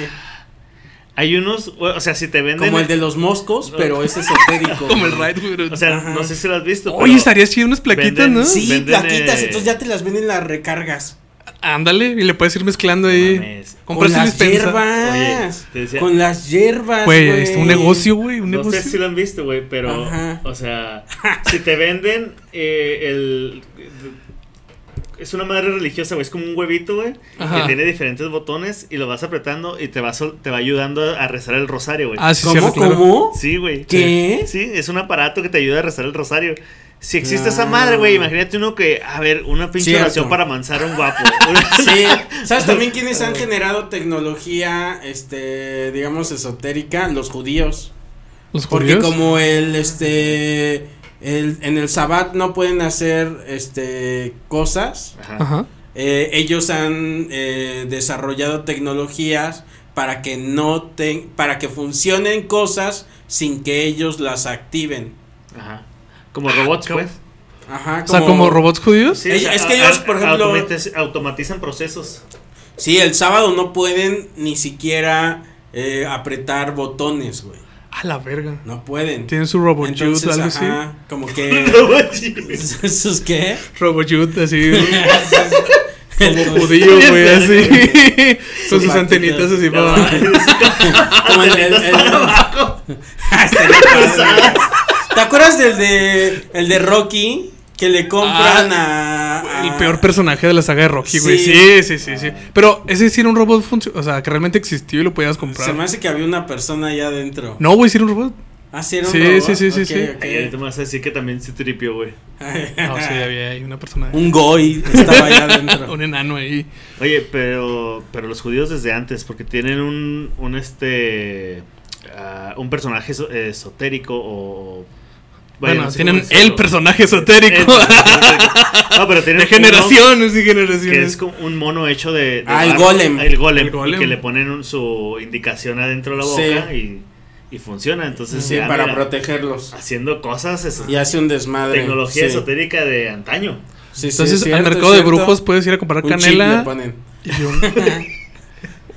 [SPEAKER 2] hay unos, güey, o sea, si te venden.
[SPEAKER 3] Como el de los moscos, pero es esotérico.
[SPEAKER 1] Como el
[SPEAKER 3] güey.
[SPEAKER 1] Raid, güey.
[SPEAKER 2] O sea,
[SPEAKER 3] Ajá.
[SPEAKER 2] no sé si lo has visto.
[SPEAKER 1] Oye,
[SPEAKER 2] pero-
[SPEAKER 1] estaría chido unas plaquitas,
[SPEAKER 2] venden-
[SPEAKER 1] ¿no?
[SPEAKER 3] Sí,
[SPEAKER 2] Venden,
[SPEAKER 3] plaquitas,
[SPEAKER 2] eh,
[SPEAKER 3] entonces ya te las venden y las recargas.
[SPEAKER 1] Ándale, y le puedes ir mezclando ahí.
[SPEAKER 2] Mames.
[SPEAKER 1] Compras
[SPEAKER 3] con
[SPEAKER 1] un
[SPEAKER 3] las
[SPEAKER 1] dispensa.
[SPEAKER 3] hierbas.
[SPEAKER 2] Oye, te decía-
[SPEAKER 3] Ah, con las hierbas.
[SPEAKER 1] Güey,
[SPEAKER 3] güey.
[SPEAKER 1] Pues, es un negocio, güey, un
[SPEAKER 2] No sé
[SPEAKER 1] negocio.
[SPEAKER 2] si lo han visto, güey, pero.
[SPEAKER 3] Ajá.
[SPEAKER 2] O sea, si te venden eh, el. Es una madre religiosa, güey. Es como un huevito, güey.
[SPEAKER 1] Ajá.
[SPEAKER 2] Que tiene diferentes botones y lo vas apretando y te va, sol- te va ayudando a rezar el rosario, güey.
[SPEAKER 1] Ah, sí,
[SPEAKER 3] ¿Cómo?
[SPEAKER 1] cierto, claro.
[SPEAKER 3] ¿Cómo?
[SPEAKER 2] Sí, güey.
[SPEAKER 3] ¿Qué?
[SPEAKER 2] Sí, es un aparato que te ayuda a rezar el rosario. Si existe esa
[SPEAKER 3] Ah.
[SPEAKER 2] madre, güey, imagínate uno que, a ver, una pinche
[SPEAKER 3] Cierto.
[SPEAKER 2] oración para amansar a un guapo.
[SPEAKER 3] Sí. ¿Sabes también quiénes han generado tecnología, este, digamos, esotérica? Los judíos.
[SPEAKER 1] Los
[SPEAKER 3] Porque
[SPEAKER 1] judíos.
[SPEAKER 3] como el, este, el, en el sabbat no pueden hacer, este, cosas,
[SPEAKER 2] Ajá.
[SPEAKER 1] Ajá.
[SPEAKER 3] eh, ellos han eh, desarrollado tecnologías para que no te, para que funcionen cosas sin que ellos las activen.
[SPEAKER 2] Ajá. Como robots,
[SPEAKER 1] cabrón.
[SPEAKER 2] pues.
[SPEAKER 3] Ajá,
[SPEAKER 1] O sea, como robots judíos.
[SPEAKER 2] Sí,
[SPEAKER 3] Es- es que ellos, por ejemplo-
[SPEAKER 2] automatiz- automatizan procesos.
[SPEAKER 3] Sí, el sábado no pueden ni siquiera eh, apretar botones, güey.
[SPEAKER 1] A la verga.
[SPEAKER 3] No pueden.
[SPEAKER 1] Tienen su robot
[SPEAKER 3] Entonces,
[SPEAKER 1] o algo
[SPEAKER 3] ajá,
[SPEAKER 1] así.
[SPEAKER 3] como que
[SPEAKER 2] Robots.
[SPEAKER 3] sus qué?
[SPEAKER 1] Robot así. como
[SPEAKER 3] Entonces,
[SPEAKER 1] judío, güey, así. Con sus
[SPEAKER 3] patitas.
[SPEAKER 1] antenitas así
[SPEAKER 2] Ya
[SPEAKER 1] para
[SPEAKER 2] va.
[SPEAKER 1] abajo.
[SPEAKER 3] como el- el- el- Ah, estaría padre. ¿Te acuerdas del de el de Rocky que le compran a,
[SPEAKER 1] Ah, El
[SPEAKER 3] a-
[SPEAKER 1] peor personaje de la saga de Rocky, güey. Sí,
[SPEAKER 3] Sí.
[SPEAKER 1] sí, sí, sí. Pero ese sí era un robot funcio- O sea, que realmente existió y lo podías
[SPEAKER 3] Se me
[SPEAKER 1] comprar.
[SPEAKER 3] hace que había una persona allá adentro.
[SPEAKER 1] No, güey, sí era un robot.
[SPEAKER 3] Ah, sí, era un
[SPEAKER 1] Sí,
[SPEAKER 3] robot?
[SPEAKER 1] sí, sí, sí,
[SPEAKER 3] Ok,
[SPEAKER 1] sí.
[SPEAKER 3] ok.
[SPEAKER 2] Ay, ahorita me vas a decir que también se tripió, güey. Ah,
[SPEAKER 1] No, sí, había ahí una persona.
[SPEAKER 3] Un goy estaba allá adentro.
[SPEAKER 1] Un enano ahí.
[SPEAKER 2] Oye, pero, pero los judíos desde antes, porque tienen un, un este, ah, un personaje eso- esotérico o... vaya,
[SPEAKER 1] Bueno,
[SPEAKER 2] no sé
[SPEAKER 1] tienen
[SPEAKER 2] cómo decirlo.
[SPEAKER 1] el personaje esotérico.
[SPEAKER 2] El personaje esotérico. no, pero
[SPEAKER 1] De
[SPEAKER 2] tienen uno
[SPEAKER 1] generaciones y
[SPEAKER 2] Que es
[SPEAKER 1] generaciones.
[SPEAKER 2] como un mono hecho de... de
[SPEAKER 3] Ah, el
[SPEAKER 2] barro.
[SPEAKER 3] golem.
[SPEAKER 2] El golem.
[SPEAKER 1] El golem.
[SPEAKER 2] y Que le ponen un- su indicación adentro de la
[SPEAKER 3] Sí.
[SPEAKER 2] boca y, y funciona. Entonces,
[SPEAKER 3] Sí,
[SPEAKER 2] ya,
[SPEAKER 3] para
[SPEAKER 2] mira,
[SPEAKER 3] protegerlos.
[SPEAKER 2] Haciendo cosas, eso-
[SPEAKER 3] Y hace un desmadre.
[SPEAKER 2] tecnología
[SPEAKER 3] sí.
[SPEAKER 2] esotérica de antaño.
[SPEAKER 3] Sí, sí,
[SPEAKER 1] Entonces,
[SPEAKER 3] es cierto,
[SPEAKER 1] al mercado de
[SPEAKER 3] es cierto.
[SPEAKER 1] brujos puedes ir a comprar
[SPEAKER 3] Un chip le
[SPEAKER 1] canela.
[SPEAKER 3] ponen.
[SPEAKER 1] y un-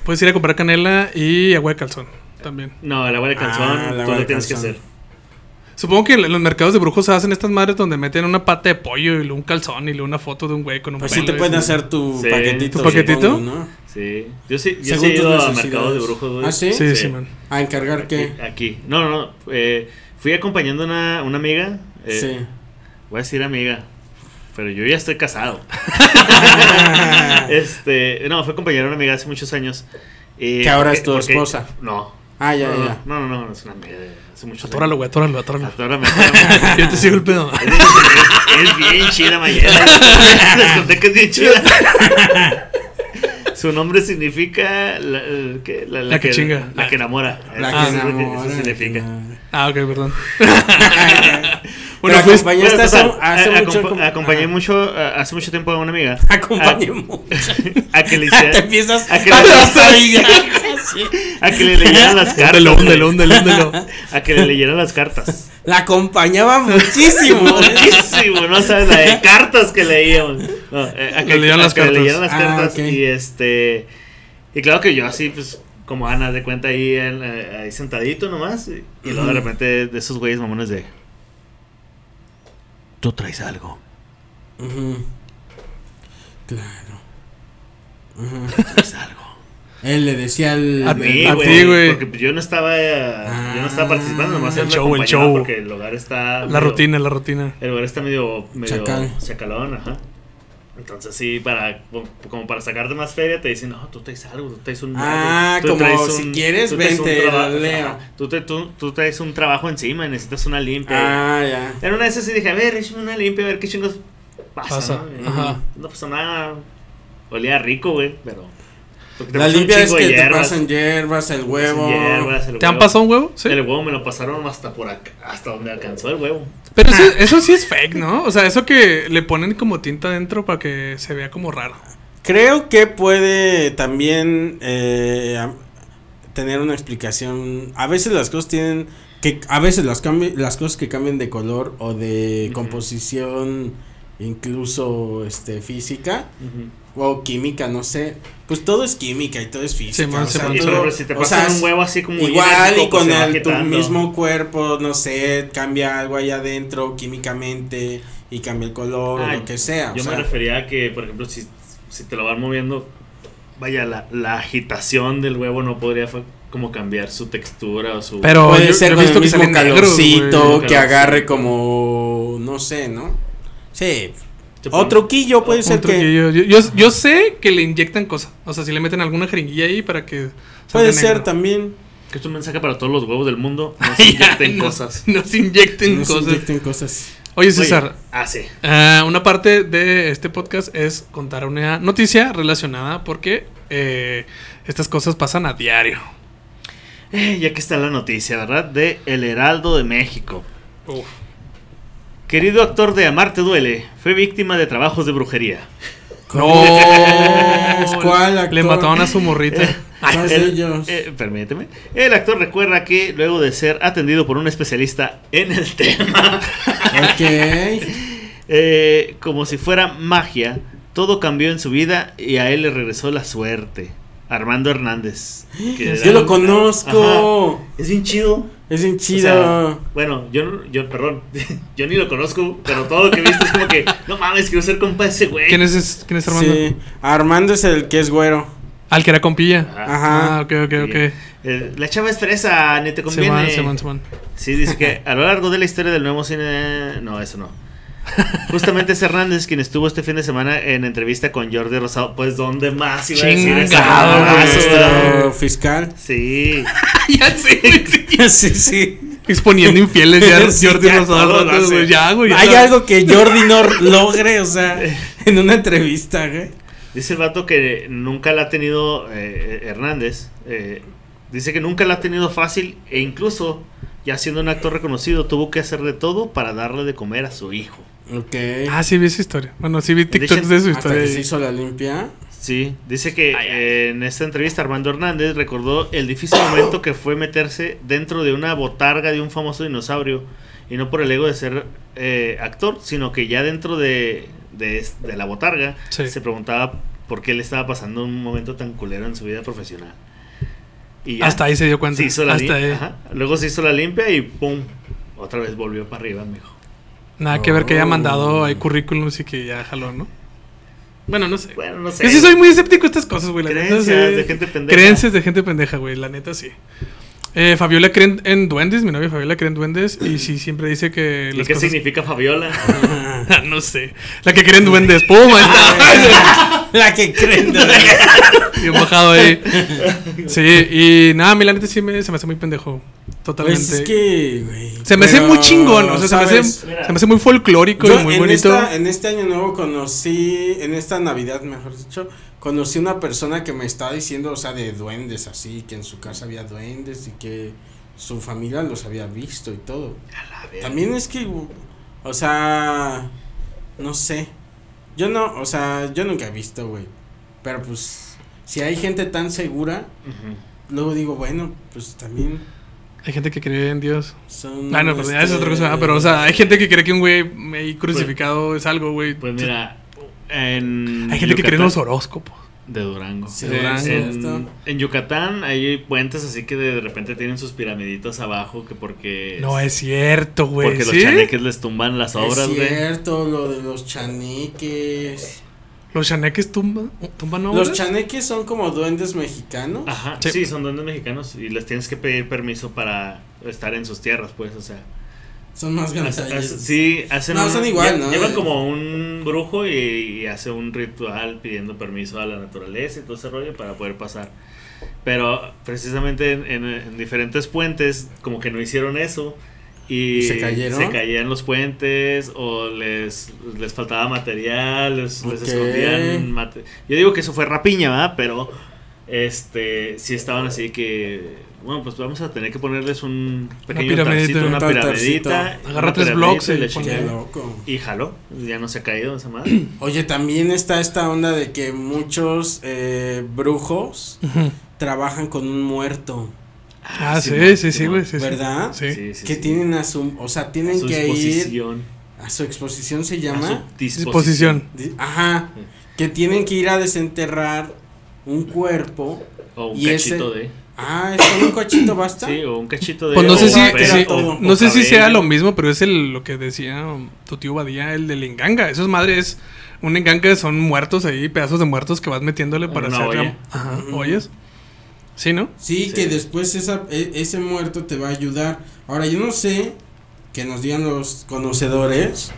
[SPEAKER 1] puedes ir a comprar canela y agua de calzón también.
[SPEAKER 2] No, el agua de calzón,
[SPEAKER 3] Ah, el agua
[SPEAKER 2] tú
[SPEAKER 3] de
[SPEAKER 2] lo tienes que
[SPEAKER 3] calzón.
[SPEAKER 2] hacer.
[SPEAKER 1] Supongo que en los mercados de brujos hacen estas madres donde meten una pata de pollo y luego un calzón y luego una foto de un güey con un
[SPEAKER 3] Pues sí te
[SPEAKER 1] pelo y-
[SPEAKER 3] pueden hacer tu
[SPEAKER 2] Sí.
[SPEAKER 3] paquetito.
[SPEAKER 1] ¿Tu paquetito?
[SPEAKER 3] supongo, ¿no?
[SPEAKER 2] Sí. Yo sí, yo sí
[SPEAKER 3] Según
[SPEAKER 2] he
[SPEAKER 3] tus
[SPEAKER 2] ido a
[SPEAKER 3] necesidades.
[SPEAKER 2] mercados de brujos, güey.
[SPEAKER 3] ¿Ah, sí?
[SPEAKER 1] Sí, sí, man.
[SPEAKER 3] A encargar
[SPEAKER 2] Aquí,
[SPEAKER 3] qué.
[SPEAKER 2] aquí. No, no, no. eh, fui acompañando a una, una amiga. eh,
[SPEAKER 3] Sí.
[SPEAKER 2] Voy a decir amiga. Pero yo ya estoy casado.
[SPEAKER 3] Ah.
[SPEAKER 2] este, no, fue acompañar a una amiga hace muchos años. eh,
[SPEAKER 3] Que ahora
[SPEAKER 2] porque-
[SPEAKER 3] es tu
[SPEAKER 2] porque-
[SPEAKER 3] esposa.
[SPEAKER 2] No.
[SPEAKER 3] Ah, ya,
[SPEAKER 2] no, no,
[SPEAKER 3] ya.
[SPEAKER 2] No, no, no, no, es una amiga de hace muchos
[SPEAKER 1] Atóralo,
[SPEAKER 2] años.
[SPEAKER 1] güey, atóralo, atóralo.
[SPEAKER 2] Atórame, atórame.
[SPEAKER 1] Yo te sigo el pedo.
[SPEAKER 2] Es, es bien chida Mayela. güey. Les conté que es bien chida. Su nombre significa la, el- ¿qué? la,
[SPEAKER 1] La que chinga.
[SPEAKER 2] La que enamora.
[SPEAKER 3] La
[SPEAKER 2] Eso
[SPEAKER 1] Ah,
[SPEAKER 3] que
[SPEAKER 2] es lo
[SPEAKER 3] enamora.
[SPEAKER 2] Eso significa.
[SPEAKER 3] la
[SPEAKER 1] Ah, ok, perdón.
[SPEAKER 3] que-
[SPEAKER 1] Bueno,
[SPEAKER 3] Pero
[SPEAKER 1] fuiste-
[SPEAKER 3] acompañé Pues, hasta hace,
[SPEAKER 2] Pues, Bueno, total,
[SPEAKER 3] hace
[SPEAKER 2] a-
[SPEAKER 3] mucho.
[SPEAKER 2] acompa-
[SPEAKER 3] como-
[SPEAKER 2] acompañé
[SPEAKER 3] Ajá.
[SPEAKER 2] mucho a- hace mucho tiempo a una amiga.
[SPEAKER 3] Acompañé mucho. Ah,
[SPEAKER 2] A que le
[SPEAKER 3] Te
[SPEAKER 2] hiciera-
[SPEAKER 3] empiezas
[SPEAKER 2] a
[SPEAKER 3] a
[SPEAKER 2] que le-
[SPEAKER 3] la,
[SPEAKER 2] a que le leyeran las cartas.
[SPEAKER 1] Úndelo,
[SPEAKER 2] güey.
[SPEAKER 1] úndelo, úndelo, úndelo.
[SPEAKER 2] A que le leyeran las cartas.
[SPEAKER 3] la acompañaba muchísimo.
[SPEAKER 2] Muchísimo, no sabes la de cartas que leíamos. No, eh, a que,
[SPEAKER 1] Le leían
[SPEAKER 2] a
[SPEAKER 1] las
[SPEAKER 2] que le
[SPEAKER 1] cartas.
[SPEAKER 2] leían las
[SPEAKER 3] Ah,
[SPEAKER 2] cartas
[SPEAKER 3] ok.
[SPEAKER 2] y este y claro que yo así pues como Ana de cuenta ahí, en- eh, ahí sentadito nomás y, y luego de
[SPEAKER 3] Ujú.
[SPEAKER 2] repente de esos güeyes mamones de tú traes algo.
[SPEAKER 3] Ujú. Claro. Ujú.
[SPEAKER 2] Traes algo.
[SPEAKER 3] Él le decía al.
[SPEAKER 1] A
[SPEAKER 2] Sí,
[SPEAKER 1] ti,
[SPEAKER 3] al-
[SPEAKER 1] ti, güey. Ah,
[SPEAKER 2] güey. Porque yo no estaba, eh, yo no estaba participando, nomás
[SPEAKER 1] El
[SPEAKER 2] él me
[SPEAKER 1] show, el
[SPEAKER 2] acompañaba
[SPEAKER 1] show.
[SPEAKER 2] porque el hogar está.
[SPEAKER 1] La
[SPEAKER 2] medio-
[SPEAKER 1] rutina, la rutina.
[SPEAKER 2] El lugar está medio, medio
[SPEAKER 3] Chacal.
[SPEAKER 2] chacalón, ajá. Entonces sí, para como para sacarte más feria te dicen, no, tú traes algo, tú traes un...
[SPEAKER 3] Ah,
[SPEAKER 2] tú
[SPEAKER 3] como
[SPEAKER 2] traes
[SPEAKER 3] si quieres,
[SPEAKER 2] tú traes
[SPEAKER 3] vente,
[SPEAKER 2] trabajo,
[SPEAKER 3] la leo.
[SPEAKER 2] ajá, tú, te- tú- tú traes un trabajo encima, y necesitas una limpia.
[SPEAKER 3] Ah, ya.
[SPEAKER 2] En una de esas sí dije, a ver, échame una limpia, a ver qué chingos pasa.
[SPEAKER 1] Pasa,
[SPEAKER 2] ¿no?
[SPEAKER 1] ajá.
[SPEAKER 2] No pasó nada, olía rico, güey, pero... porque te
[SPEAKER 3] La
[SPEAKER 2] pasan un
[SPEAKER 3] limpia es
[SPEAKER 2] chingo
[SPEAKER 3] que
[SPEAKER 2] de
[SPEAKER 3] te
[SPEAKER 2] hierbas,
[SPEAKER 3] pasan hierbas, el huevo.
[SPEAKER 2] hierbas, el
[SPEAKER 1] ¿Te han
[SPEAKER 2] huevo.
[SPEAKER 1] pasado un huevo? Sí.
[SPEAKER 2] El huevo me lo pasaron hasta por acá, hasta donde alcanzó el huevo.
[SPEAKER 1] Pero eso, eso sí es fake, ¿no? O sea, eso que le ponen como tinta adentro para que se vea como raro.
[SPEAKER 3] Creo que puede también eh, am- tener una explicación. A veces las cosas tienen que a veces las cambi- las cosas que cambian de color o de
[SPEAKER 2] Ujú.
[SPEAKER 3] composición incluso este física
[SPEAKER 2] Ujú.
[SPEAKER 3] o química, no sé. Pues todo es química y todo es física.
[SPEAKER 1] man,
[SPEAKER 3] o
[SPEAKER 1] se
[SPEAKER 3] sea,
[SPEAKER 1] man-
[SPEAKER 2] Sí,
[SPEAKER 3] todo-
[SPEAKER 2] pero si te
[SPEAKER 3] o
[SPEAKER 2] pasan
[SPEAKER 3] sea,
[SPEAKER 2] un huevo así como
[SPEAKER 3] Igual y
[SPEAKER 2] idéntico, pues,
[SPEAKER 3] con
[SPEAKER 2] se va
[SPEAKER 3] el- tu
[SPEAKER 2] quitando.
[SPEAKER 3] mismo cuerpo, no sé, cambia algo allá adentro químicamente y cambia el color
[SPEAKER 2] Ah,
[SPEAKER 3] o lo que sea. o
[SPEAKER 2] Yo me
[SPEAKER 3] sea,
[SPEAKER 2] refería a que, por ejemplo, si, si te lo van moviendo, vaya, la, la agitación del huevo no podría fa- como cambiar su textura o su...
[SPEAKER 1] Pero
[SPEAKER 3] Puede
[SPEAKER 1] yo- yo
[SPEAKER 3] ser
[SPEAKER 1] he
[SPEAKER 3] con
[SPEAKER 1] visto
[SPEAKER 3] el
[SPEAKER 1] que
[SPEAKER 3] mismo
[SPEAKER 1] salen negros, güey.
[SPEAKER 3] calorcito
[SPEAKER 2] güey.
[SPEAKER 3] que agarre como no sé, ¿no? Sí.
[SPEAKER 2] Te pon-
[SPEAKER 3] O truquillo puede ser
[SPEAKER 1] Un truquillo. yo, yo- yo sé que le inyectan cosas. O sea, si le meten alguna jeringuilla ahí para que.
[SPEAKER 3] que
[SPEAKER 1] salga
[SPEAKER 3] puede
[SPEAKER 1] negro.
[SPEAKER 3] ser también.
[SPEAKER 2] Que es un mensaje para todos los huevos del mundo. No se
[SPEAKER 1] Ay,
[SPEAKER 2] inyecten
[SPEAKER 1] no-
[SPEAKER 2] cosas.
[SPEAKER 1] No se inyecten
[SPEAKER 3] No se
[SPEAKER 1] cosas.
[SPEAKER 3] inyecten cosas.
[SPEAKER 1] Oye, César,
[SPEAKER 2] Oye, ah, sí.
[SPEAKER 1] ah, una parte de este podcast es contar una noticia relacionada porque eh, estas cosas pasan a diario.
[SPEAKER 2] Eh, ya que está la noticia, ¿verdad? De El Heraldo de México.
[SPEAKER 1] Uf.
[SPEAKER 2] Querido actor de Amarte Duele, fue víctima de trabajos de brujería.
[SPEAKER 1] No.
[SPEAKER 3] ¿Cuál actor?
[SPEAKER 1] Le mataron a su morrita.
[SPEAKER 3] ¿Cuál de
[SPEAKER 2] El-
[SPEAKER 3] ellos?
[SPEAKER 2] eh, permíteme. El actor recuerda que luego de ser atendido por un especialista en el tema,
[SPEAKER 3] Ok.
[SPEAKER 2] eh, como si fuera magia, todo cambió en su vida y a él le regresó la suerte. Armando Hernández. que era-
[SPEAKER 3] Yo lo conozco.
[SPEAKER 2] Ajá. Es bien chido.
[SPEAKER 3] Es bien
[SPEAKER 2] O
[SPEAKER 3] chido.
[SPEAKER 2] sea, bueno, yo, no- yo, perdón, yo ni lo conozco, pero todo lo que he visto es como que, no mames, quiero ser compa de ese güey.
[SPEAKER 1] ¿Quién es, es- quién es Armando?
[SPEAKER 3] Sí. Armando es el que es güero.
[SPEAKER 1] Al que era compilla.
[SPEAKER 2] Ajá.
[SPEAKER 3] Ajá.
[SPEAKER 1] Ah, ok, ok, ok.
[SPEAKER 2] Sí. Eh, la chava es fresa, ni te
[SPEAKER 1] Se
[SPEAKER 2] conviene.
[SPEAKER 1] van, se van, se van.
[SPEAKER 2] Sí, dice que a lo largo de la historia del nuevo cine... No, eso no. Justamente es Hernández quien estuvo este fin de semana en entrevista con Jordi Rosado. Pues, ¿dónde más iba a decir esa
[SPEAKER 1] Chingado,
[SPEAKER 2] mamada,
[SPEAKER 1] güey.
[SPEAKER 2] eso,
[SPEAKER 3] nuestro
[SPEAKER 2] verdad?
[SPEAKER 3] fiscal.
[SPEAKER 2] Sí.
[SPEAKER 1] ya sé,
[SPEAKER 3] sí, sí.
[SPEAKER 1] Exponiendo infieles ya
[SPEAKER 3] Sí,
[SPEAKER 1] Jordi
[SPEAKER 3] ya,
[SPEAKER 1] Rosado.
[SPEAKER 2] todo lo
[SPEAKER 1] Rato,
[SPEAKER 2] hace.
[SPEAKER 1] güey, Ya, güey. ya
[SPEAKER 3] Hay
[SPEAKER 1] la-
[SPEAKER 3] algo que Jordi no logre, o sea, en una entrevista, güey.
[SPEAKER 2] Dice el vato que nunca la ha tenido eh, Hernández. eh, dice que nunca la ha tenido fácil e incluso, ya siendo un actor reconocido, tuvo que hacer de todo para darle de comer a su hijo.
[SPEAKER 3] Ok.
[SPEAKER 1] Ah, sí, vi esa historia. Bueno, sí vi TikToks
[SPEAKER 2] Dicen-
[SPEAKER 1] de su
[SPEAKER 3] Hasta
[SPEAKER 1] historia.
[SPEAKER 3] que se hizo la limpia.
[SPEAKER 2] Sí, dice que eh, en esta entrevista Armando Hernández recordó el difícil momento que fue meterse dentro de una botarga de un famoso dinosaurio y no por el ego de ser eh, actor, sino que ya dentro de, de es- de la botarga
[SPEAKER 1] Sí.
[SPEAKER 2] se preguntaba por qué le estaba pasando un momento tan culero en su vida profesional. Y ya
[SPEAKER 1] Hasta ahí se dio cuenta.
[SPEAKER 2] se hizo la
[SPEAKER 1] Hasta
[SPEAKER 2] lim-
[SPEAKER 1] ahí.
[SPEAKER 2] ajá. Luego se hizo la limpia y pum, otra vez volvió para arriba, mijo.
[SPEAKER 1] Nada que ver que haya
[SPEAKER 3] Oh.
[SPEAKER 1] mandado ahí currículums y que ya jaló, ¿no? Bueno, no sé.
[SPEAKER 2] Bueno, no sé.
[SPEAKER 1] Yo sí soy muy escéptico de estas cosas, güey. la neta,
[SPEAKER 2] Creencias
[SPEAKER 1] sí.
[SPEAKER 2] de gente pendeja.
[SPEAKER 1] Creencias de gente pendeja, güey. La neta, sí. Eh, Fabiola cree en- en duendes. Mi novia Fabiola cree en duendes. Y sí, siempre dice que.
[SPEAKER 2] ¿Y
[SPEAKER 1] las
[SPEAKER 2] qué
[SPEAKER 1] cosas-
[SPEAKER 2] significa Fabiola?
[SPEAKER 1] no sé. La que cree en duendes. ¡Pum! Ahí
[SPEAKER 2] Ah,
[SPEAKER 1] está.
[SPEAKER 3] La que creen. ¿no?
[SPEAKER 1] Bien bajado ahí. Sí, y nada, a mí la neta sí me, se me hace muy pendejo. Totalmente.
[SPEAKER 3] Pues es que, güey.
[SPEAKER 1] se me hace
[SPEAKER 3] pero,
[SPEAKER 1] muy chingón, o sea, se me, hace,
[SPEAKER 3] ¿sabes?
[SPEAKER 1] se me hace muy folclórico
[SPEAKER 3] Yo
[SPEAKER 1] y muy
[SPEAKER 3] en,
[SPEAKER 1] bonito.
[SPEAKER 3] esta- en este año nuevo conocí, en esta Navidad, mejor dicho, conocí una persona que me estaba diciendo, o sea, de duendes así, que en su casa había duendes y que su familia los había visto y todo.
[SPEAKER 2] A ver.
[SPEAKER 3] También es que, u- o sea, no sé. Yo no, o sea, yo nunca he visto, güey. Pero pues, si hay gente tan segura,
[SPEAKER 2] Ujú.
[SPEAKER 3] luego digo, bueno, pues también
[SPEAKER 1] Hay gente que cree en Dios.
[SPEAKER 3] son.
[SPEAKER 1] Ah, no, pero ya es
[SPEAKER 3] este,
[SPEAKER 1] otra cosa. ah, Pero, o sea, hay gente que cree que un güey ahí crucificado es algo, güey.
[SPEAKER 2] Pues mira, en.
[SPEAKER 1] hay gente que cree en
[SPEAKER 2] Yucatán-
[SPEAKER 1] los horóscopos.
[SPEAKER 2] De Durango.
[SPEAKER 3] Sí,
[SPEAKER 1] De
[SPEAKER 3] Durango,
[SPEAKER 2] En,
[SPEAKER 3] esto.
[SPEAKER 2] en Yucatán hay puentes así que de repente tienen sus piramiditas abajo que porque.
[SPEAKER 1] No es cierto, güey.
[SPEAKER 2] Porque los
[SPEAKER 1] ¿sí?
[SPEAKER 2] chaneques les tumban las obras,
[SPEAKER 3] es
[SPEAKER 2] güey.
[SPEAKER 3] cierto, lo de los chaniques.
[SPEAKER 1] Los chaneques tumba- tumban obras.
[SPEAKER 3] Los chaneques son como duendes mexicanos.
[SPEAKER 2] Ajá,
[SPEAKER 1] Sí.
[SPEAKER 2] sí. son duendes mexicanos y les tienes que pedir permiso para estar en sus tierras, pues, o sea.
[SPEAKER 3] Son más
[SPEAKER 2] hace- hace-
[SPEAKER 3] grandes.
[SPEAKER 2] Ah, sí, hacen.
[SPEAKER 3] No,
[SPEAKER 2] un-
[SPEAKER 3] son igual, ¿no?
[SPEAKER 2] Llevan como un brujo y, y hace un ritual pidiendo permiso a la naturaleza y todo ese rollo para poder pasar. Pero precisamente en, en- en diferentes puentes, como que no hicieron eso. Y
[SPEAKER 3] ¿Y se cayeron?
[SPEAKER 2] se caían los puentes o les, les faltaba material, les, les
[SPEAKER 3] Ok.
[SPEAKER 2] escondían mate- Yo digo que eso fue rapiña, ¿verdad? Pero este sí estaban así que bueno, pues vamos a tener que ponerles un pequeño
[SPEAKER 1] piramidita,
[SPEAKER 2] altarcito, una
[SPEAKER 3] un altarcito.
[SPEAKER 2] piramidita, una
[SPEAKER 1] Agarra tres
[SPEAKER 2] piramidita
[SPEAKER 1] blocks y
[SPEAKER 2] la
[SPEAKER 1] ponle.
[SPEAKER 3] Qué
[SPEAKER 2] chingada.
[SPEAKER 3] loco.
[SPEAKER 2] y jaló, ya no se ha caído esa madre.
[SPEAKER 3] Oye, también está esta onda de que muchos eh, brujos
[SPEAKER 1] Ujú.
[SPEAKER 3] trabajan con un muerto,
[SPEAKER 1] Ah, sí, sí, sí, güey. Sí, sí.
[SPEAKER 3] ¿verdad?
[SPEAKER 1] Sí.
[SPEAKER 3] que tienen a su, o sea, tienen
[SPEAKER 2] su
[SPEAKER 3] que ir
[SPEAKER 2] disposición,
[SPEAKER 3] a su exposición se
[SPEAKER 2] a
[SPEAKER 3] llama.
[SPEAKER 2] su
[SPEAKER 1] Disposición.
[SPEAKER 3] Di- Ajá, que tienen que ir a desenterrar un cuerpo.
[SPEAKER 2] o un
[SPEAKER 3] Y ese-
[SPEAKER 2] cachito de
[SPEAKER 3] Ah, es con un cochito basta.
[SPEAKER 2] Sí, o un cachito de
[SPEAKER 1] Pues no
[SPEAKER 2] o
[SPEAKER 1] sé si,
[SPEAKER 2] un pelo,
[SPEAKER 1] sí,
[SPEAKER 2] o un
[SPEAKER 1] no sé si sea
[SPEAKER 2] cabello.
[SPEAKER 1] lo mismo, pero es el, lo que decía um, tu tío Badía, el del enganga. Esas madres, un enganga son muertos ahí, pedazos de muertos que vas metiéndole para
[SPEAKER 2] Una
[SPEAKER 1] hacer la-
[SPEAKER 2] olla.
[SPEAKER 1] Ajá,
[SPEAKER 3] Ujú.
[SPEAKER 1] ollas. Sí, ¿no?
[SPEAKER 3] Sí,
[SPEAKER 2] Sí.
[SPEAKER 3] que después esa, e- ese muerto te va a ayudar. Ahora, yo no sé, que nos digan los conocedores,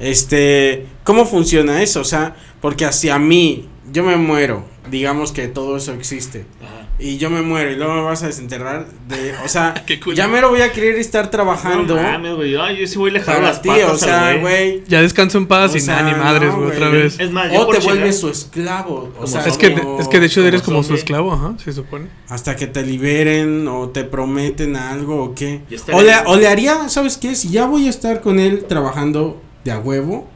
[SPEAKER 3] este, cómo funciona eso, o sea, porque hacia mí, yo me muero, digamos que todo eso existe,
[SPEAKER 2] Ajá.
[SPEAKER 3] y yo me muero, y luego me vas a desenterrar de, o sea,
[SPEAKER 1] Qué culo.
[SPEAKER 3] ya mero voy a querer estar
[SPEAKER 2] No
[SPEAKER 3] trabajando
[SPEAKER 2] mames, güey. Ay, yo sí voy a dejar
[SPEAKER 3] para
[SPEAKER 2] las
[SPEAKER 3] ti,
[SPEAKER 2] patas
[SPEAKER 3] o sea,
[SPEAKER 2] al
[SPEAKER 3] güey.
[SPEAKER 1] Ya descanso en paz
[SPEAKER 3] O
[SPEAKER 1] y
[SPEAKER 3] sea,
[SPEAKER 1] nada, ni madres,
[SPEAKER 3] no,
[SPEAKER 1] güey, otra
[SPEAKER 3] güey.
[SPEAKER 1] vez.
[SPEAKER 2] Es más, yo
[SPEAKER 3] O
[SPEAKER 2] por
[SPEAKER 3] te
[SPEAKER 2] chingar-
[SPEAKER 3] vuelves su esclavo, o
[SPEAKER 2] Como
[SPEAKER 3] sea,
[SPEAKER 1] Es que,
[SPEAKER 2] zombie.
[SPEAKER 1] es que de hecho
[SPEAKER 2] Como
[SPEAKER 1] eres como su
[SPEAKER 2] zombie.
[SPEAKER 1] esclavo, ajá, se supone.
[SPEAKER 3] Hasta que te liberen o te prometen algo o qué.
[SPEAKER 2] Ya está
[SPEAKER 3] O le,
[SPEAKER 2] bien.
[SPEAKER 3] o le haría, ¿sabes qué? Si ya voy a estar con él trabajando de a huevo.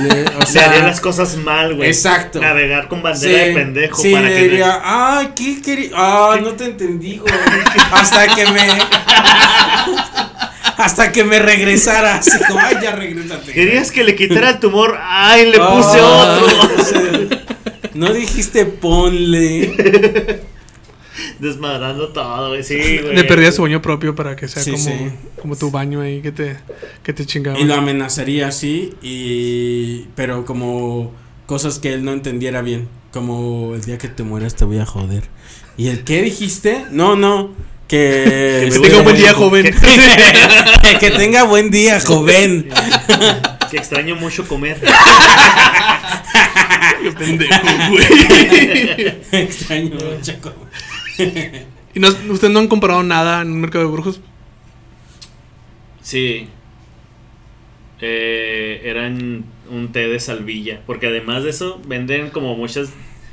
[SPEAKER 3] le- o
[SPEAKER 2] Se
[SPEAKER 3] sea,
[SPEAKER 2] harían las cosas mal, güey.
[SPEAKER 3] Exacto.
[SPEAKER 2] Navegar con
[SPEAKER 3] sí,
[SPEAKER 2] bandera de pendejo
[SPEAKER 3] sí,
[SPEAKER 2] para
[SPEAKER 3] le
[SPEAKER 2] que.
[SPEAKER 3] diría, ay, ¿qué quería? Ah, no te entendí, güey. Hasta que me... hasta que me regresaras. Y como, ay, ya regrésate.
[SPEAKER 2] Querías que le quitara el tumor. ¡Ay, le puse
[SPEAKER 3] Ah,
[SPEAKER 2] otro!
[SPEAKER 3] o sea, no dijiste ponle.
[SPEAKER 2] Desmadrando todo, güey. Sí, güey.
[SPEAKER 1] Le perdías su baño propio para que sea
[SPEAKER 3] Sí,
[SPEAKER 1] como,
[SPEAKER 3] sí.
[SPEAKER 1] como tu baño ahí que te, que te chingaba.
[SPEAKER 3] Y lo amenazaría así, y pero como cosas que él no entendiera bien, como el día que te mueras te voy a joder. ¿Y el qué dijiste? No, no, que,
[SPEAKER 1] Que tenga un buen día, joven.
[SPEAKER 3] Que, que tenga buen día, joven.
[SPEAKER 2] Que extraño mucho comer.
[SPEAKER 1] Pendejo, güey.
[SPEAKER 3] Extraño mucho.
[SPEAKER 1] ¿Y no, ustedes no han comprado nada en un mercado de brujos?
[SPEAKER 2] Sí. Eh, eran un té de salvilla. Porque además de eso, venden como muchas.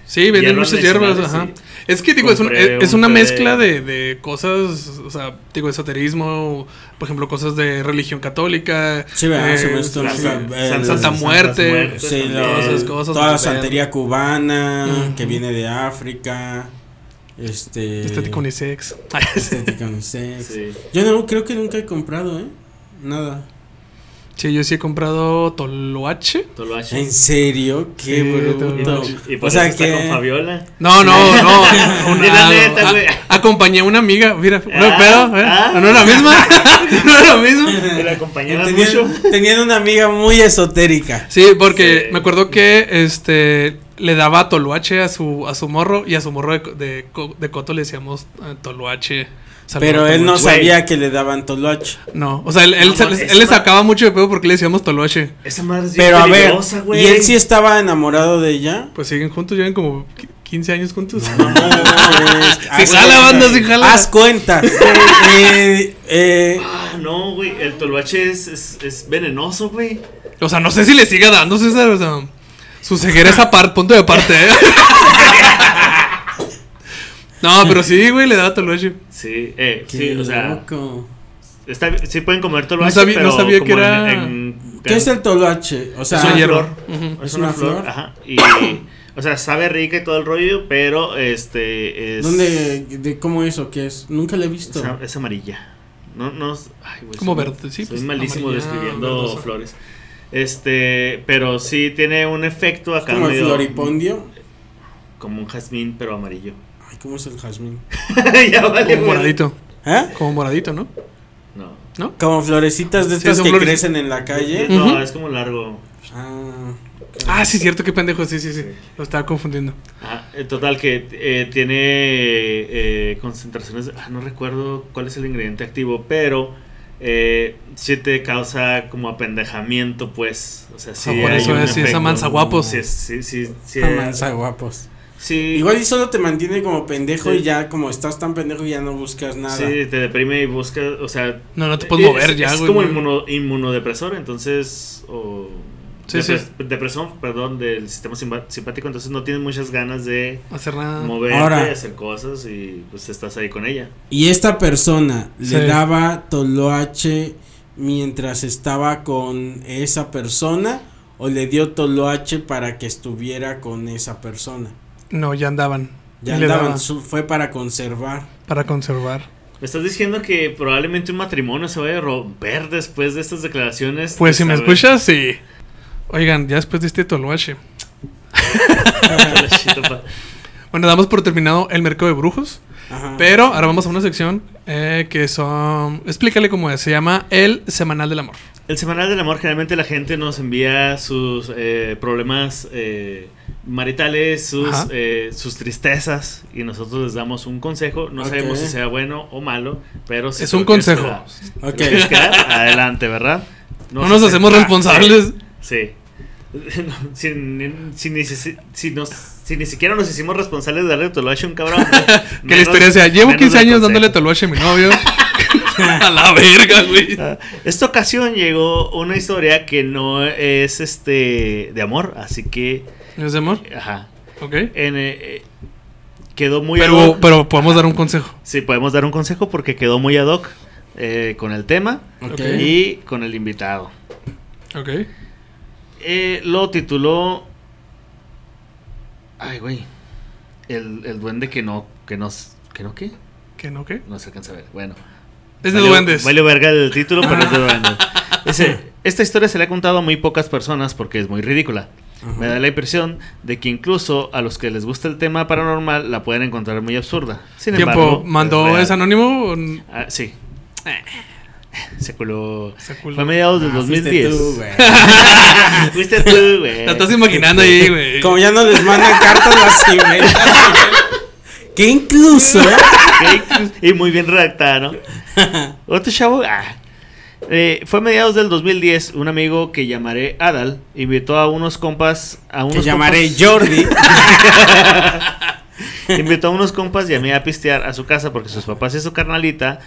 [SPEAKER 1] Sí, venden
[SPEAKER 2] Hierbas
[SPEAKER 1] muchas hierbas, ajá.
[SPEAKER 2] medicinales,
[SPEAKER 1] Es que, digo, es, un-
[SPEAKER 2] Compré
[SPEAKER 1] es- es
[SPEAKER 2] un
[SPEAKER 1] una
[SPEAKER 2] té de-
[SPEAKER 1] mezcla de, de cosas, o sea, digo, esoterismo, por ejemplo, cosas de religión católica.
[SPEAKER 3] Sí, ¿verdad?
[SPEAKER 1] eh,
[SPEAKER 3] Se me está-
[SPEAKER 1] la-
[SPEAKER 3] sí.
[SPEAKER 1] Santa,
[SPEAKER 3] Santa
[SPEAKER 1] Muerte.
[SPEAKER 3] Sí,
[SPEAKER 2] también.
[SPEAKER 3] lo-
[SPEAKER 1] Todas esas cosas,
[SPEAKER 3] toda la
[SPEAKER 1] pues,
[SPEAKER 3] santería cubana
[SPEAKER 1] Ujú.
[SPEAKER 3] que viene de África. Este.
[SPEAKER 1] Estética unisex.
[SPEAKER 3] estética unisex.
[SPEAKER 2] Sí.
[SPEAKER 3] Yo no creo que nunca he comprado, ¿eh? Nada.
[SPEAKER 1] sí, yo sí he comprado toloache.
[SPEAKER 2] Toloache.
[SPEAKER 3] ¿En serio? Qué
[SPEAKER 1] Sí, todo
[SPEAKER 3] bruto.
[SPEAKER 1] bien.
[SPEAKER 2] Y por
[SPEAKER 3] O sea
[SPEAKER 2] eso está con
[SPEAKER 3] que.
[SPEAKER 2] Fabiola.
[SPEAKER 1] No, no, no. un
[SPEAKER 2] Ni la
[SPEAKER 1] lado.
[SPEAKER 2] neta,
[SPEAKER 1] A-
[SPEAKER 2] güey.
[SPEAKER 1] acompañé a una amiga. Mira, no
[SPEAKER 2] Ah,
[SPEAKER 1] pedo. ¿eh?
[SPEAKER 2] ah.
[SPEAKER 1] No era la misma. no era lo mismo.
[SPEAKER 2] Te la acompañaba mucho.
[SPEAKER 3] Tenían, tenían una amiga muy esotérica.
[SPEAKER 1] Sí, porque
[SPEAKER 2] Sí.
[SPEAKER 1] me acuerdo que este le daba toluache a su a su morro y a su morro de, co- de, co- de coto le decíamos eh, toluache. Saludos,
[SPEAKER 3] Pero él no
[SPEAKER 1] toluache.
[SPEAKER 2] Güey.
[SPEAKER 3] sabía que le daban toloch.
[SPEAKER 1] No, o sea, él, él,
[SPEAKER 2] No,
[SPEAKER 1] se-
[SPEAKER 2] no,
[SPEAKER 1] él
[SPEAKER 2] es
[SPEAKER 1] le
[SPEAKER 2] una-
[SPEAKER 1] sacaba mucho de pedo porque le decíamos toluache.
[SPEAKER 2] Esa madre es bien
[SPEAKER 3] Pero a ver,
[SPEAKER 2] peligrosa, güey.
[SPEAKER 3] ¿y él sí estaba enamorado de ella?
[SPEAKER 1] Pues siguen juntos, llevan como qui- 15 años juntos.
[SPEAKER 2] Ah,
[SPEAKER 3] Si
[SPEAKER 1] jala, banda, sí jala.
[SPEAKER 3] Haz cuenta. Eh, eh,
[SPEAKER 2] Ah, no, güey. El toloache es, es, es venenoso, güey.
[SPEAKER 1] o sea, no sé si le siga dando César, o sea, su ceguera es aparte, punto de parte. ¿eh? no, pero sí, güey, le daba toluache.
[SPEAKER 2] Sí, eh,
[SPEAKER 3] qué
[SPEAKER 2] sí, o sea.
[SPEAKER 3] loco.
[SPEAKER 2] Está, sí pueden comer toloache,
[SPEAKER 1] No sabía-
[SPEAKER 2] pero
[SPEAKER 1] no sabía
[SPEAKER 2] como
[SPEAKER 1] que era-
[SPEAKER 3] ¿Qué es el toloche? O sea,
[SPEAKER 1] Es una hierba.
[SPEAKER 2] flor.
[SPEAKER 1] Ujú.
[SPEAKER 2] Es una flor, ajá. Y, o sea, sabe rica y todo el rollo, pero este es...
[SPEAKER 3] ¿dónde, de cómo es o qué es? Nunca la he visto.
[SPEAKER 2] Es, a- es amarilla. No, no... es- Ay, güey,
[SPEAKER 1] Como
[SPEAKER 2] soy-
[SPEAKER 1] verde, sí,
[SPEAKER 2] Soy
[SPEAKER 1] pues,
[SPEAKER 2] malísimo
[SPEAKER 1] amarilla,
[SPEAKER 2] describiendo
[SPEAKER 1] verdosa.
[SPEAKER 2] flores. Este, pero sí tiene un efecto acá
[SPEAKER 3] Como el
[SPEAKER 2] medio-
[SPEAKER 3] floripondio.
[SPEAKER 2] Como un jazmín, pero amarillo.
[SPEAKER 3] Ay, ¿cómo es el jazmín?
[SPEAKER 2] ya vale,
[SPEAKER 1] Como
[SPEAKER 2] güey.
[SPEAKER 1] moradito,
[SPEAKER 3] ¿Eh?
[SPEAKER 1] como moradito, ¿no?
[SPEAKER 2] No.
[SPEAKER 3] Como florecitas de
[SPEAKER 1] Sí,
[SPEAKER 3] estas
[SPEAKER 1] son
[SPEAKER 3] que
[SPEAKER 1] flores-
[SPEAKER 3] crecen en la calle.
[SPEAKER 2] No,
[SPEAKER 1] Ujú.
[SPEAKER 2] es como largo.
[SPEAKER 3] Ah,
[SPEAKER 1] Ah, sí, cierto, qué pendejo. Sí, sí, sí. Lo estaba confundiendo.
[SPEAKER 2] Ah, en total, que eh, tiene eh, concentraciones. de- Ah, no recuerdo cuál es el ingrediente activo, pero eh, sí te causa como apendejamiento, pues. O sea, sí.
[SPEAKER 1] Ah, por
[SPEAKER 2] hay
[SPEAKER 1] eso
[SPEAKER 2] un
[SPEAKER 1] es- sí, es
[SPEAKER 2] efecto.
[SPEAKER 1] amanzaguapos.
[SPEAKER 2] Sí, sí, sí. sí, eh,
[SPEAKER 3] Amansa guapos.
[SPEAKER 2] sí,
[SPEAKER 3] Igual y solo te mantiene como pendejo
[SPEAKER 2] Sí.
[SPEAKER 3] y ya como estás tan pendejo ya no buscas nada.
[SPEAKER 2] sí, te deprime y busca. O sea.
[SPEAKER 1] No, no te puedes mover
[SPEAKER 2] Eh, es,
[SPEAKER 1] ya,
[SPEAKER 2] Es
[SPEAKER 1] güey.
[SPEAKER 2] como inmuno- inmunodepresor, entonces. O,
[SPEAKER 1] Sí, sí.
[SPEAKER 2] depres- Depresión, perdón, del sistema simpa- simpático, entonces no tienes muchas ganas de
[SPEAKER 1] Hacer nada.
[SPEAKER 2] moverte,
[SPEAKER 3] Ahora.
[SPEAKER 2] hacer cosas y pues estás ahí con ella.
[SPEAKER 3] Y esta persona
[SPEAKER 1] Sí.
[SPEAKER 3] le daba toloache mientras estaba con esa persona o le dio toloache para que estuviera con esa persona.
[SPEAKER 1] No, ya andaban.
[SPEAKER 3] Ya
[SPEAKER 1] Y le daba
[SPEAKER 3] andaban, su- fue para conservar.
[SPEAKER 1] para conservar.
[SPEAKER 2] Me estás diciendo que probablemente un matrimonio se vaya a romper después de estas declaraciones.
[SPEAKER 1] Pues
[SPEAKER 2] Tú
[SPEAKER 1] si me
[SPEAKER 2] sabes.
[SPEAKER 1] escuchas, sí. Oigan, ya después de este toloache.
[SPEAKER 2] La chita pa-
[SPEAKER 1] Bueno, damos por terminado el mercado de brujos.
[SPEAKER 3] Ajá.
[SPEAKER 1] Pero ahora vamos a una sección eh, que son. Explícale cómo es. Se llama El Semanal del Amor.
[SPEAKER 2] El Semanal del Amor, generalmente la gente nos envía sus eh, problemas eh, maritales, sus,
[SPEAKER 1] Ajá.
[SPEAKER 2] eh, sus tristezas, y nosotros les damos un consejo. No
[SPEAKER 3] Ok.
[SPEAKER 2] sabemos si sea bueno o malo, pero si
[SPEAKER 1] Es
[SPEAKER 2] te
[SPEAKER 1] un
[SPEAKER 2] lo quieres
[SPEAKER 1] consejo.
[SPEAKER 2] quedar-
[SPEAKER 3] Ok.
[SPEAKER 2] te lo quieres quedar, adelante, ¿verdad?
[SPEAKER 1] No, nos
[SPEAKER 2] se-
[SPEAKER 1] hacemos
[SPEAKER 2] Ah,
[SPEAKER 1] responsables.
[SPEAKER 2] Sí. No, sin, sin ni si- si nos- si ni siquiera nos hicimos responsables de darle toloache a un cabrón.
[SPEAKER 1] Que la historia sea: llevo 15 años dándole
[SPEAKER 2] toloache.
[SPEAKER 1] toloache a mi novio. a la verga, güey.
[SPEAKER 2] Ah, Esta ocasión llegó una historia que no es este de amor, así que.
[SPEAKER 1] ¿Es de amor?
[SPEAKER 2] Ajá.
[SPEAKER 1] Ok.
[SPEAKER 2] En, eh, eh, quedó muy ad
[SPEAKER 1] Pero,
[SPEAKER 2] hoc.
[SPEAKER 1] pero podemos dar un consejo.
[SPEAKER 2] Sí, podemos dar un consejo porque quedó muy ad hoc eh, con el tema
[SPEAKER 3] Ok.
[SPEAKER 1] Ok.
[SPEAKER 2] y con el invitado.
[SPEAKER 1] Ok.
[SPEAKER 2] Eh, lo tituló. Ay, güey. El, el duende que no. Que no. ¿Que no qué?
[SPEAKER 1] ¿Que no qué?
[SPEAKER 2] No se alcanza a ver. Bueno.
[SPEAKER 1] Es de
[SPEAKER 2] Valió-
[SPEAKER 1] duendes.
[SPEAKER 2] Valió verga el título, pero es de duendes. Dice: Esta historia se la he contado a muy pocas personas porque es muy ridícula.
[SPEAKER 3] Ajá.
[SPEAKER 2] Me da la impresión de que incluso a los que les gusta el tema paranormal la pueden encontrar muy absurda. Sin
[SPEAKER 1] Tiempo.
[SPEAKER 2] embargo,
[SPEAKER 1] ¿Mandó
[SPEAKER 2] real.
[SPEAKER 1] es anónimo? o n-
[SPEAKER 2] Ah, sí. Se culó.
[SPEAKER 1] se
[SPEAKER 2] Fue
[SPEAKER 1] culo?
[SPEAKER 2] a mediados del
[SPEAKER 3] Ah, fuiste
[SPEAKER 2] 2010.
[SPEAKER 3] tú, güey.
[SPEAKER 2] Fuiste tú, güey.
[SPEAKER 1] La estás imaginando ahí, güey.
[SPEAKER 3] Como ya no les mandan cartas las inventan. que incluso
[SPEAKER 2] Ok, Y muy bien redactada, ¿no? Otro chavo. ah. Eh, fue a mediados del 2010. Un amigo que llamaré Adal invitó a unos compas. A unos
[SPEAKER 3] que llamaré
[SPEAKER 2] compas-
[SPEAKER 3] Jordi.
[SPEAKER 2] Invitó a unos compas y a mí a pistear a su casa porque sus papás y su carnalita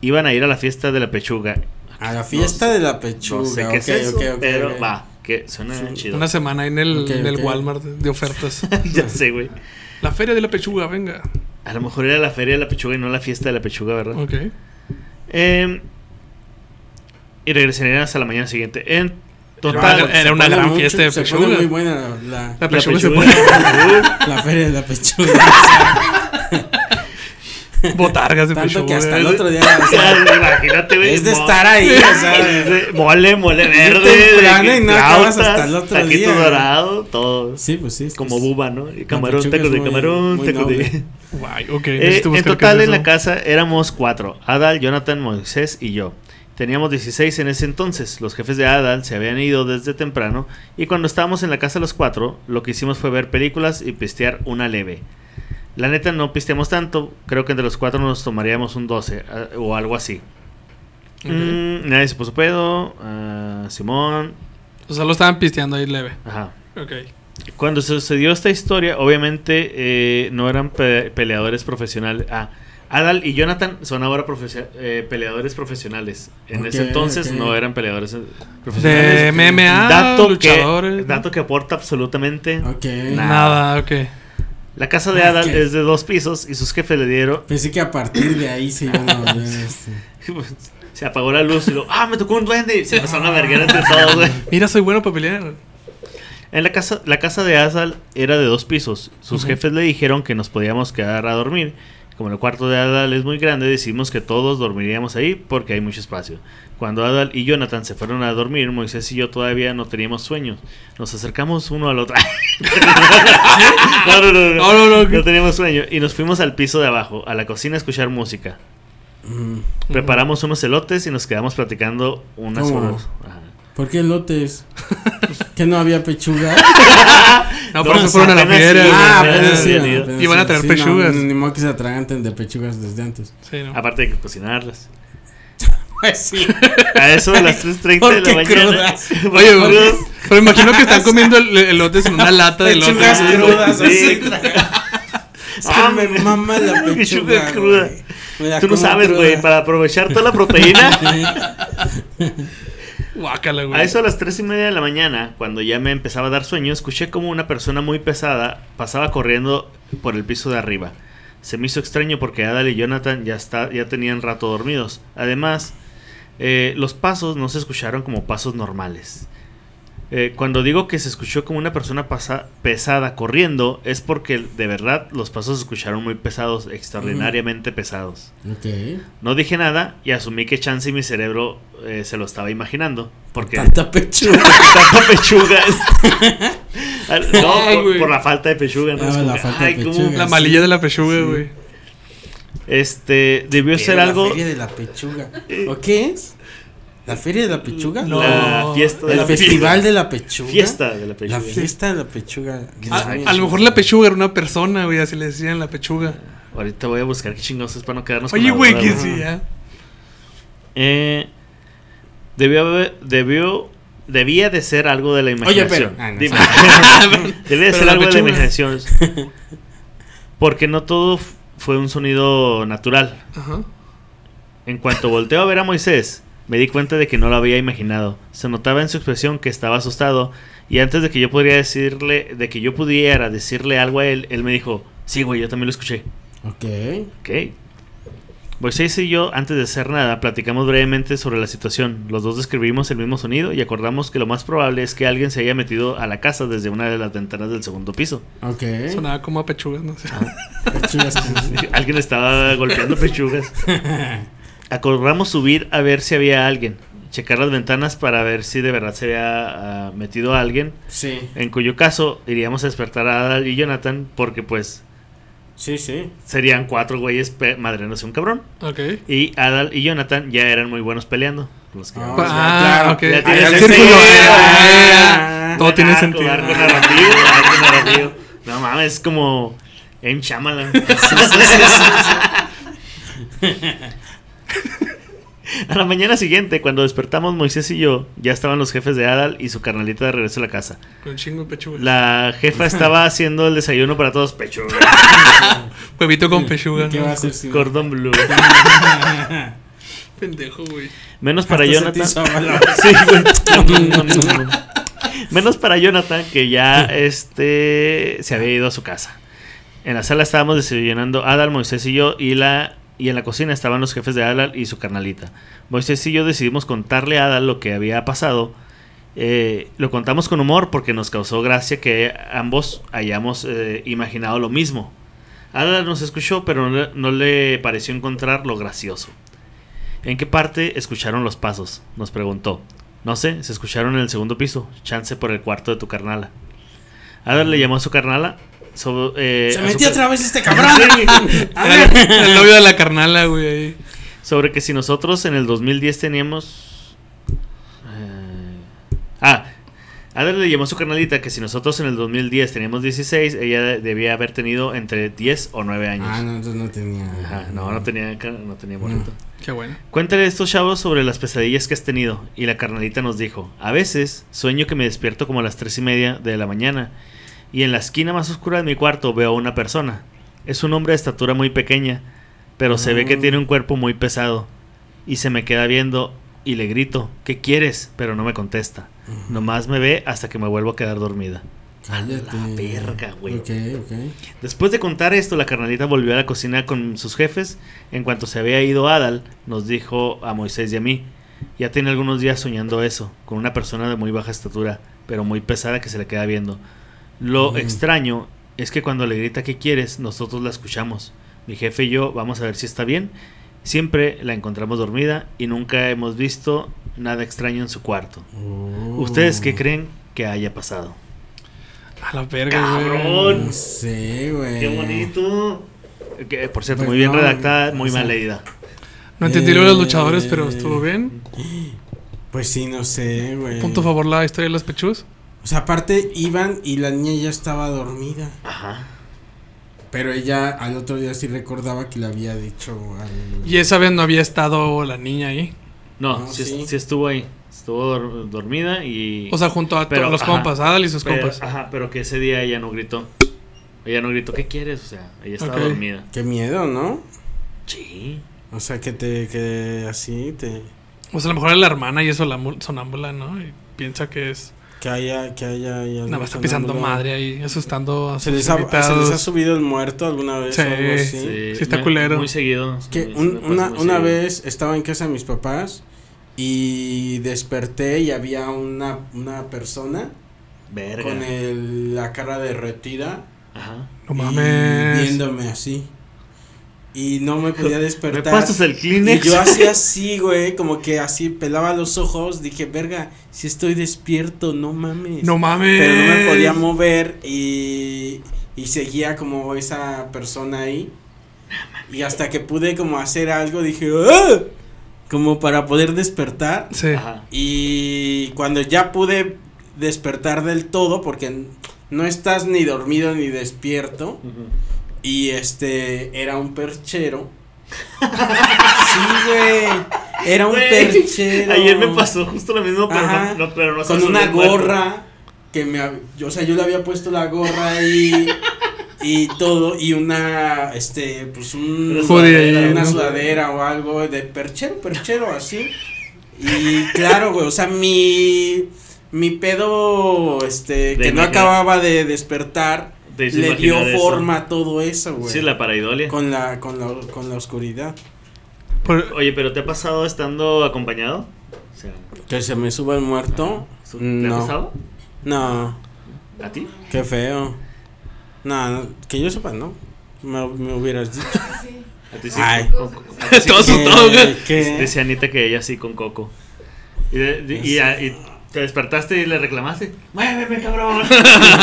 [SPEAKER 2] iban a ir a la fiesta de la pechuga.
[SPEAKER 3] A la fiesta de la pechuga.
[SPEAKER 2] No sé qué es
[SPEAKER 3] ok,
[SPEAKER 2] eso,
[SPEAKER 3] ok, ok,
[SPEAKER 2] pero
[SPEAKER 3] ok.
[SPEAKER 2] va, que suena
[SPEAKER 3] Sí.
[SPEAKER 2] chido.
[SPEAKER 1] Una semana ahí en el,
[SPEAKER 3] Ok,
[SPEAKER 1] en el
[SPEAKER 3] ok.
[SPEAKER 1] Walmart de ofertas.
[SPEAKER 2] ya sé, güey.
[SPEAKER 1] La feria de la pechuga, venga.
[SPEAKER 2] A lo mejor era la feria de la pechuga y no la fiesta de la pechuga, ¿verdad?
[SPEAKER 1] Ok.
[SPEAKER 2] Eh, y regresarían hasta la mañana siguiente. En
[SPEAKER 1] Era
[SPEAKER 2] total,
[SPEAKER 1] una- era una
[SPEAKER 3] Se pone
[SPEAKER 1] gran
[SPEAKER 3] mucho-
[SPEAKER 1] fiesta de
[SPEAKER 3] se pone
[SPEAKER 1] pechuga.
[SPEAKER 3] muy buena la,
[SPEAKER 1] La
[SPEAKER 2] la
[SPEAKER 1] pechuga, se
[SPEAKER 2] pechuga-
[SPEAKER 1] pone
[SPEAKER 3] la- la feria de la pechuga.
[SPEAKER 1] botargas de
[SPEAKER 3] Tanto
[SPEAKER 1] pechuga.
[SPEAKER 3] que hasta el otro día. o
[SPEAKER 2] O
[SPEAKER 3] sea,
[SPEAKER 2] sea, imagínate, güey.
[SPEAKER 3] es de
[SPEAKER 2] mo-
[SPEAKER 3] estar ahí, o sea,
[SPEAKER 2] es de Mole, mole
[SPEAKER 3] Bien
[SPEAKER 2] verde. de
[SPEAKER 3] temprano
[SPEAKER 2] que
[SPEAKER 3] y no acabas hasta
[SPEAKER 2] flautas,
[SPEAKER 3] el otro
[SPEAKER 2] taquito
[SPEAKER 3] día, güey.
[SPEAKER 2] dorado, todo.
[SPEAKER 3] Sí, pues sí.
[SPEAKER 2] Como
[SPEAKER 3] pues,
[SPEAKER 2] buba, ¿no? Y
[SPEAKER 3] la
[SPEAKER 2] camarón,
[SPEAKER 3] pechuga
[SPEAKER 2] tacos
[SPEAKER 3] es
[SPEAKER 2] de
[SPEAKER 3] muy-
[SPEAKER 2] camarón,
[SPEAKER 3] muy
[SPEAKER 2] tacos de.
[SPEAKER 3] noble.
[SPEAKER 1] Guay, ok.
[SPEAKER 2] Eh,
[SPEAKER 1] necesito
[SPEAKER 2] en
[SPEAKER 1] buscar qué
[SPEAKER 2] total
[SPEAKER 1] es
[SPEAKER 2] en la
[SPEAKER 1] eso.
[SPEAKER 2] casa éramos cuatro, Adal, Jonathan, Moisés y yo. Teníamos 16 en ese entonces, los jefes de Adal se habían ido desde temprano y cuando estábamos en la casa los cuatro, lo que hicimos fue ver películas y pistear una leve. La neta no pisteamos tanto, creo que entre los cuatro nos tomaríamos un 12 a- o algo así.
[SPEAKER 1] Ok.
[SPEAKER 2] Mm, nadie se puso pedo, ah, Simón,
[SPEAKER 1] O sea, lo estaban pisteando ahí leve.
[SPEAKER 2] ajá.
[SPEAKER 1] Ok.
[SPEAKER 2] Cuando sucedió esta historia, obviamente eh, no eran pe- peleadores profesionales. Ah, Adal y Jonathan son ahora profesio- eh, peleadores profesionales. En ese
[SPEAKER 3] Ok,
[SPEAKER 2] entonces
[SPEAKER 3] ok.
[SPEAKER 2] no eran peleadores eh, profesionales.
[SPEAKER 1] De MMA,
[SPEAKER 2] dato, que,
[SPEAKER 1] luchadores.
[SPEAKER 2] dato que aporta absolutamente.
[SPEAKER 3] Ok.
[SPEAKER 2] Nah.
[SPEAKER 1] Nada, ok.
[SPEAKER 2] La casa de
[SPEAKER 3] Ah,
[SPEAKER 2] Adal
[SPEAKER 3] ok.
[SPEAKER 2] es de dos pisos y sus jefes le dieron.
[SPEAKER 3] Pensé que a partir de ahí se iban a volver. este.
[SPEAKER 2] Se apagó la luz y lo. ¡Ah, me tocó un duende! Y se pasó una verguera entre todos, güey.
[SPEAKER 1] Mira, soy bueno para pelear.
[SPEAKER 2] En la casa, la casa de Adal era de dos pisos. Sus
[SPEAKER 1] Ujú.
[SPEAKER 2] jefes le dijeron que nos podíamos quedar a dormir. Como el cuarto de Adal es muy grande, decidimos que todos dormiríamos ahí porque hay mucho espacio. Cuando Adal y Jonathan se fueron a dormir, Moisés y yo todavía no teníamos sueños. Nos acercamos uno al otro. no, no, no, no.
[SPEAKER 1] No, no, no.
[SPEAKER 2] No teníamos sueño. Y nos fuimos al piso de abajo, a la cocina, a escuchar música.
[SPEAKER 3] Mm.
[SPEAKER 2] Preparamos unos elotes y nos quedamos platicando unas
[SPEAKER 3] Oh.
[SPEAKER 2] horas. Ajá.
[SPEAKER 3] ¿Por qué elotes? que no había pechuga.
[SPEAKER 1] No, pues, por
[SPEAKER 2] No,
[SPEAKER 1] eso fueron a la
[SPEAKER 2] apenas
[SPEAKER 1] fiera.
[SPEAKER 2] sí,
[SPEAKER 3] ah,
[SPEAKER 2] ya,
[SPEAKER 3] apenas sí.
[SPEAKER 2] ya,
[SPEAKER 3] apenas
[SPEAKER 2] ya.
[SPEAKER 3] sí,
[SPEAKER 1] Iban a traer
[SPEAKER 3] sí,
[SPEAKER 1] pechugas.
[SPEAKER 3] No, ni modo que se atraganten de pechugas desde antes.
[SPEAKER 1] Sí, no.
[SPEAKER 2] Aparte de que cocinarlas.
[SPEAKER 3] Pues sí.
[SPEAKER 2] A eso de las 3.30 de
[SPEAKER 3] Porque
[SPEAKER 2] la mañana.
[SPEAKER 3] crudas.
[SPEAKER 1] Oye,
[SPEAKER 2] Porque
[SPEAKER 1] güey,
[SPEAKER 2] crudas.
[SPEAKER 1] pero imagino que están comiendo el, elotes en una lata de elotes.
[SPEAKER 3] Pechugas
[SPEAKER 2] Ah,
[SPEAKER 3] crudas.
[SPEAKER 2] sí.
[SPEAKER 3] así. Es que
[SPEAKER 2] Ah,
[SPEAKER 3] me
[SPEAKER 2] güey.
[SPEAKER 3] mama la
[SPEAKER 2] Pechuga
[SPEAKER 3] pechuga.
[SPEAKER 2] cruda.
[SPEAKER 3] güey. Me la
[SPEAKER 2] Tú no
[SPEAKER 3] como
[SPEAKER 2] sabes,
[SPEAKER 3] cruda.
[SPEAKER 2] güey, para aprovechar toda la proteína.
[SPEAKER 1] Guácala, güey.
[SPEAKER 2] A eso de las tres y media de la mañana, cuando ya me empezaba a dar sueño, escuché como una persona muy pesada pasaba corriendo por el piso de arriba. Se me hizo extraño porque Adal y Jonathan ya, está, ya tenían rato dormidos. Además, eh, los pasos no se escucharon como pasos normales. Eh, cuando digo que se escuchó como una persona pasa- pesada corriendo, es porque de verdad los pasos se escucharon muy pesados, extraordinariamente pesados.
[SPEAKER 3] Ok.
[SPEAKER 2] No dije nada y asumí que chance y mi cerebro eh, se lo estaba imaginando. Porque
[SPEAKER 3] Tanta pechuga.
[SPEAKER 2] tanta pechuga. Ah, no,
[SPEAKER 1] Ay, güey.
[SPEAKER 2] por, por la falta de pechuga. ¿no?
[SPEAKER 3] Ah,
[SPEAKER 2] Es como
[SPEAKER 3] la
[SPEAKER 2] que,
[SPEAKER 3] falta de
[SPEAKER 2] ay, cómo-
[SPEAKER 3] pechuga.
[SPEAKER 1] La malilla de la pechuga,
[SPEAKER 3] Sí.
[SPEAKER 1] güey.
[SPEAKER 2] Este, debió ser
[SPEAKER 3] Pero
[SPEAKER 2] algo.
[SPEAKER 3] La
[SPEAKER 2] Eh.
[SPEAKER 3] feria de la pechuga. ¿O qué es? ¿La feria de la pechuga?
[SPEAKER 1] No.
[SPEAKER 2] La fiesta de
[SPEAKER 3] El
[SPEAKER 2] la
[SPEAKER 3] festival de la pechuga.
[SPEAKER 2] Fiesta de la pechuga.
[SPEAKER 3] La fiesta de la pechuga.
[SPEAKER 1] A,
[SPEAKER 3] Dios mío.
[SPEAKER 1] a lo mejor la pechuga era una persona, güey, así le decían la pechuga.
[SPEAKER 2] Ahorita voy a buscar qué chingados es para no quedarnos con
[SPEAKER 1] Oye,
[SPEAKER 2] la
[SPEAKER 1] güey, ah?
[SPEAKER 2] duda,
[SPEAKER 1] que
[SPEAKER 2] ¿no?
[SPEAKER 1] sí, ya.
[SPEAKER 2] Eh, debió haber- debió, debía de ser algo de la
[SPEAKER 3] Oye,
[SPEAKER 2] imaginación.
[SPEAKER 3] pero. Ah, no,
[SPEAKER 2] Dime. debía de
[SPEAKER 1] Pero
[SPEAKER 2] ser
[SPEAKER 1] la
[SPEAKER 2] algo de la
[SPEAKER 1] pechuga.
[SPEAKER 2] imaginación. Porque no todo f- fue un sonido natural.
[SPEAKER 1] Ajá.
[SPEAKER 2] En cuanto volteo a ver a Moisés, me di cuenta de que no lo había imaginado. Se notaba en su expresión que estaba asustado y antes de que yo pudiera decirle, de que yo pudiera decirle algo a él, él me dijo, sí, güey, yo también lo escuché.
[SPEAKER 3] Ok.
[SPEAKER 2] Ok. Moisés y yo, antes de hacer nada, platicamos brevemente sobre la situación. Los dos describimos el mismo sonido y acordamos que lo más probable es que alguien se haya metido a la casa desde una de las ventanas del segundo piso.
[SPEAKER 3] Ok.
[SPEAKER 2] ¿Eh?
[SPEAKER 1] Sonaba como a pechugas, no
[SPEAKER 2] Ah.
[SPEAKER 1] sé.
[SPEAKER 3] Pechugas con-
[SPEAKER 2] Alguien estaba golpeando pechugas. Acordamos subir a ver si había alguien. Checar las ventanas para ver si de verdad se había ah, metido alguien.
[SPEAKER 3] Sí.
[SPEAKER 2] En cuyo caso iríamos a despertar a Adal y Jonathan porque pues
[SPEAKER 3] Sí, sí.
[SPEAKER 2] serían cuatro güeyes pe- madreándose un cabrón.
[SPEAKER 1] Ok.
[SPEAKER 2] Y Adal y Jonathan ya eran muy buenos peleando. Los que
[SPEAKER 3] Ah,
[SPEAKER 2] vamos a-
[SPEAKER 1] Ah,
[SPEAKER 3] claro.
[SPEAKER 1] ok.
[SPEAKER 2] Ya
[SPEAKER 1] Ahí
[SPEAKER 2] tiene
[SPEAKER 1] el
[SPEAKER 2] sentido.
[SPEAKER 1] círculo. Ah,
[SPEAKER 3] Ah,
[SPEAKER 1] eh, Todo tiene
[SPEAKER 2] Arco,
[SPEAKER 1] sentido.
[SPEAKER 2] arco narrativo, arco narrativo. No mames, es como en Shyamalan. A la mañana siguiente, cuando despertamos Moisés y yo, ya estaban los jefes de Adal y su carnalita de regreso a la casa.
[SPEAKER 1] Con un chingo de pechuga.
[SPEAKER 2] La jefa estaba haciendo el desayuno para todos pechuga,
[SPEAKER 1] Huevito con pechuga.
[SPEAKER 3] ¿Qué
[SPEAKER 1] ¿no?
[SPEAKER 3] va a hacer si
[SPEAKER 2] cordón blue.
[SPEAKER 1] Pendejo, güey.
[SPEAKER 2] Menos para
[SPEAKER 3] Hasta
[SPEAKER 2] Jonathan.
[SPEAKER 3] sentí su olor.
[SPEAKER 2] Sí, güey. Menos para Jonathan, que ya este se había ido a su casa. En la sala estábamos desayunando Adal, Moisés y yo, y la y en la cocina estaban los jefes de Adal y su carnalita. Moisés y yo decidimos contarle a Adal lo que había pasado. Eh, lo contamos con humor porque nos causó gracia que ambos hayamos eh, imaginado lo mismo. Adal nos escuchó, pero no le- no le pareció encontrar lo gracioso. ¿En qué parte escucharon los pasos? Nos preguntó. No sé, se escucharon en el segundo piso, chance por el cuarto de tu carnala. Adal le llamó a su carnala. so- eh,
[SPEAKER 3] Se
[SPEAKER 2] a
[SPEAKER 3] metió
[SPEAKER 2] su-
[SPEAKER 3] otra vez este cabrón.
[SPEAKER 2] Ah.
[SPEAKER 3] A
[SPEAKER 1] Era
[SPEAKER 3] ver.
[SPEAKER 1] el, el novio de la carnala, güey. ahí.
[SPEAKER 2] Sobre que si nosotros en el 2010 teníamos. eh, ah, Adler le llamó a su carnalita que si nosotros en el 2010 teníamos 16, ella de- debía haber tenido entre 10 o 9 años.
[SPEAKER 3] Ah, no, entonces no tenía.
[SPEAKER 2] Ajá, no, no tenía, ca- no tenía
[SPEAKER 3] No.
[SPEAKER 2] morrito.
[SPEAKER 1] Qué bueno.
[SPEAKER 2] Cuéntale a estos chavos sobre las pesadillas que has tenido. Y la carnalita nos dijo: A veces sueño que me despierto como a las tres y media de la mañana. Y en la esquina más oscura de mi cuarto veo a una persona. Es un hombre de estatura muy pequeña, pero se ve que
[SPEAKER 3] Mm.
[SPEAKER 2] tiene un cuerpo muy pesado. Y se me queda viendo y le grito: ¿Qué quieres? Pero no me contesta.
[SPEAKER 3] Ujú.
[SPEAKER 2] Nomás me ve hasta que me vuelvo a quedar dormida.
[SPEAKER 3] Cállate.
[SPEAKER 2] A la verga, güey.
[SPEAKER 3] Ok, ok.
[SPEAKER 2] Después de contar esto, la carnalita volvió a la cocina con sus jefes. En cuanto se había ido Adal, nos dijo a Moisés y a mí, ya tiene algunos días soñando eso, con una persona de muy baja estatura, pero muy pesada que se le queda viendo. Lo
[SPEAKER 3] Mm.
[SPEAKER 2] extraño es que cuando le grita que quieres, nosotros la escuchamos. Mi jefe y yo vamos a ver si está bien. Siempre la encontramos dormida y nunca hemos visto nada extraño en su cuarto.
[SPEAKER 3] Oh.
[SPEAKER 2] ¿Ustedes qué creen que haya pasado?
[SPEAKER 1] A la verga, güey.
[SPEAKER 2] Cabrón.
[SPEAKER 3] No sé, güey.
[SPEAKER 2] ¡Qué bonito! Eh, Que, por cierto,
[SPEAKER 3] Pues
[SPEAKER 2] muy bien
[SPEAKER 3] no,
[SPEAKER 2] redactada, muy
[SPEAKER 3] o sea,
[SPEAKER 2] mal leída. Eh.
[SPEAKER 1] No entendí lo de los luchadores,
[SPEAKER 3] Eh,
[SPEAKER 1] pero estuvo bien.
[SPEAKER 3] Pues sí, no sé,
[SPEAKER 2] Eh.
[SPEAKER 3] güey.
[SPEAKER 1] Punto a favor la historia de los pechús.
[SPEAKER 3] O sea, aparte iban y la niña ya estaba dormida.
[SPEAKER 2] Ajá.
[SPEAKER 3] Pero ella al otro día sí recordaba que le había dicho al...
[SPEAKER 1] Y esa vez no había estado la niña ahí.
[SPEAKER 2] No,
[SPEAKER 3] No,
[SPEAKER 2] sí,
[SPEAKER 3] sí.
[SPEAKER 2] sí estuvo ahí. Estuvo dor- dormida y.
[SPEAKER 1] O sea, junto a
[SPEAKER 2] Pero,
[SPEAKER 1] todos los
[SPEAKER 2] ajá.
[SPEAKER 1] compas, Adal y sus
[SPEAKER 2] pero, ah.
[SPEAKER 1] compas.
[SPEAKER 2] Ajá, pero que ese día ella no gritó. Ella no gritó, ¿qué quieres? O sea, ella estaba
[SPEAKER 1] Ok.
[SPEAKER 2] dormida.
[SPEAKER 3] Qué miedo, ¿no?
[SPEAKER 2] Sí.
[SPEAKER 3] O sea, que te... que así te...
[SPEAKER 1] O sea, a lo mejor es la hermana y es solambu- sonámbula, ¿no? Y piensa que es.
[SPEAKER 3] Que haya... que haya... ahí
[SPEAKER 1] Nada
[SPEAKER 3] algún
[SPEAKER 1] más está pisando
[SPEAKER 3] sonámbulo.
[SPEAKER 1] madre ahí, asustando a
[SPEAKER 3] ¿Se
[SPEAKER 1] sus
[SPEAKER 3] les, ha, ¿Se
[SPEAKER 1] invitados.
[SPEAKER 3] les ha subido el muerto alguna vez?
[SPEAKER 1] Sí,
[SPEAKER 3] o algo así?
[SPEAKER 1] Sí,
[SPEAKER 2] Sí,
[SPEAKER 1] sí está
[SPEAKER 2] muy-
[SPEAKER 1] culero.
[SPEAKER 2] Muy seguido.
[SPEAKER 3] Que
[SPEAKER 2] sí, sí
[SPEAKER 3] un-
[SPEAKER 2] me pasa
[SPEAKER 3] una,
[SPEAKER 2] muy
[SPEAKER 3] una
[SPEAKER 2] seguido.
[SPEAKER 3] vez estaba en casa de mis papás y desperté y había una, una persona
[SPEAKER 2] Verga.
[SPEAKER 3] con el- la cara derretida
[SPEAKER 2] Ajá.
[SPEAKER 1] No
[SPEAKER 3] y
[SPEAKER 1] mames.
[SPEAKER 3] viéndome así. Y no me podía
[SPEAKER 2] ¿Me
[SPEAKER 3] despertar.
[SPEAKER 2] pasas el
[SPEAKER 3] y
[SPEAKER 2] Kleenex?
[SPEAKER 3] yo hacía así, güey, como que así pelaba los ojos, dije, verga, si estoy despierto, no mames.
[SPEAKER 1] No mames.
[SPEAKER 3] Pero no
[SPEAKER 2] Eh.
[SPEAKER 3] me podía mover y, y seguía como esa persona ahí. Y hasta que pude como hacer algo dije, ¡Ah! como para poder despertar.
[SPEAKER 1] Sí.
[SPEAKER 2] Ajá.
[SPEAKER 3] Y cuando ya pude despertar del todo, porque n- no estás ni dormido ni despierto,
[SPEAKER 2] Ujú.
[SPEAKER 3] y este era un perchero. sí, güey. Era un
[SPEAKER 2] Güey,
[SPEAKER 3] perchero.
[SPEAKER 2] Ayer me pasó justo lo mismo, pero
[SPEAKER 3] Ajá.
[SPEAKER 2] no, no- pero no se
[SPEAKER 3] con
[SPEAKER 2] me
[SPEAKER 3] una
[SPEAKER 2] subió el muerto.
[SPEAKER 3] gorra que me hab- yo, o sea yo le había puesto la gorra ahí y todo y una este pues un
[SPEAKER 2] Una
[SPEAKER 1] Judía
[SPEAKER 2] sudadera,
[SPEAKER 1] ahí,
[SPEAKER 3] una
[SPEAKER 1] ¿no?
[SPEAKER 3] sudadera o algo de perchero perchero así y claro güey o sea mi mi pedo este
[SPEAKER 2] De
[SPEAKER 3] que no
[SPEAKER 2] imaginar.
[SPEAKER 3] acababa de despertar
[SPEAKER 2] Te hice
[SPEAKER 3] le dio
[SPEAKER 2] imaginar eso.
[SPEAKER 3] forma a todo eso güey
[SPEAKER 2] Sí, la paraidolia.
[SPEAKER 3] con la con la con la oscuridad
[SPEAKER 1] Por-
[SPEAKER 2] Oye, pero ¿te ha pasado estando acompañado? O sea,
[SPEAKER 3] que se me suba el muerto
[SPEAKER 2] ¿te ha
[SPEAKER 3] no
[SPEAKER 2] pasado?
[SPEAKER 3] no
[SPEAKER 2] ¿A ti?
[SPEAKER 3] Qué feo. No, no, que yo sepa, ¿no? Me, me hubieras dicho.
[SPEAKER 4] Sí.
[SPEAKER 2] ¿A ti sí?
[SPEAKER 3] Ay.
[SPEAKER 2] Con- con- a ti sí.
[SPEAKER 1] Todo asustado, güey.
[SPEAKER 3] Eh, ¿qué?
[SPEAKER 2] Dice Anita que ella sí con Coco. Y, de- de- y- y te despertaste y le reclamaste. ¡Muéveme, cabrón!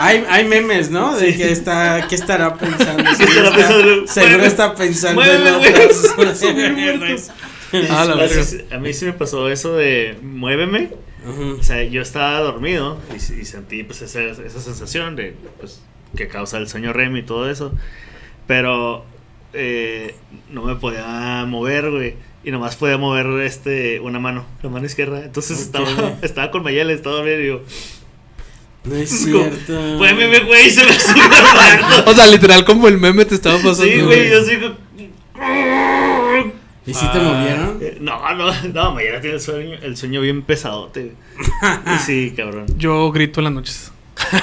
[SPEAKER 3] Hay, hay memes, ¿no? De que está, ¿qué estará pensando?
[SPEAKER 2] ¿Qué estará
[SPEAKER 3] Está-
[SPEAKER 2] pensando?
[SPEAKER 3] seguro
[SPEAKER 2] Mueve.
[SPEAKER 3] está pensando
[SPEAKER 2] Mueve,
[SPEAKER 3] en
[SPEAKER 2] güey.
[SPEAKER 3] otras
[SPEAKER 2] Sobre muertos.
[SPEAKER 1] Ah, la
[SPEAKER 2] A mí
[SPEAKER 1] verga.
[SPEAKER 2] sí- a mí sí me pasó eso de muéveme.
[SPEAKER 3] Ujú.
[SPEAKER 2] O sea, yo estaba dormido y, s- y sentí pues esa, esa sensación de pues, que causa el sueño REM y todo eso. Pero eh, no me podía mover, güey. Y nomás podía mover este una mano, la mano izquierda. Entonces
[SPEAKER 3] Ok.
[SPEAKER 2] estaba, estaba con Mayela, estaba dormido y yo,
[SPEAKER 3] No es
[SPEAKER 2] Es como,
[SPEAKER 3] cierto.
[SPEAKER 2] muéveme, güey, se me subió el muerto.
[SPEAKER 1] O sea, literal, como el meme te estaba pasando.
[SPEAKER 2] Sí, güey, yo sigo.
[SPEAKER 3] ¿Y si te
[SPEAKER 1] Ah.
[SPEAKER 3] movieron?
[SPEAKER 2] eh, No, no, no, Mayela tiene el sueño, el sueño bien pesadote. Y sí, cabrón.
[SPEAKER 1] Yo grito en las noches.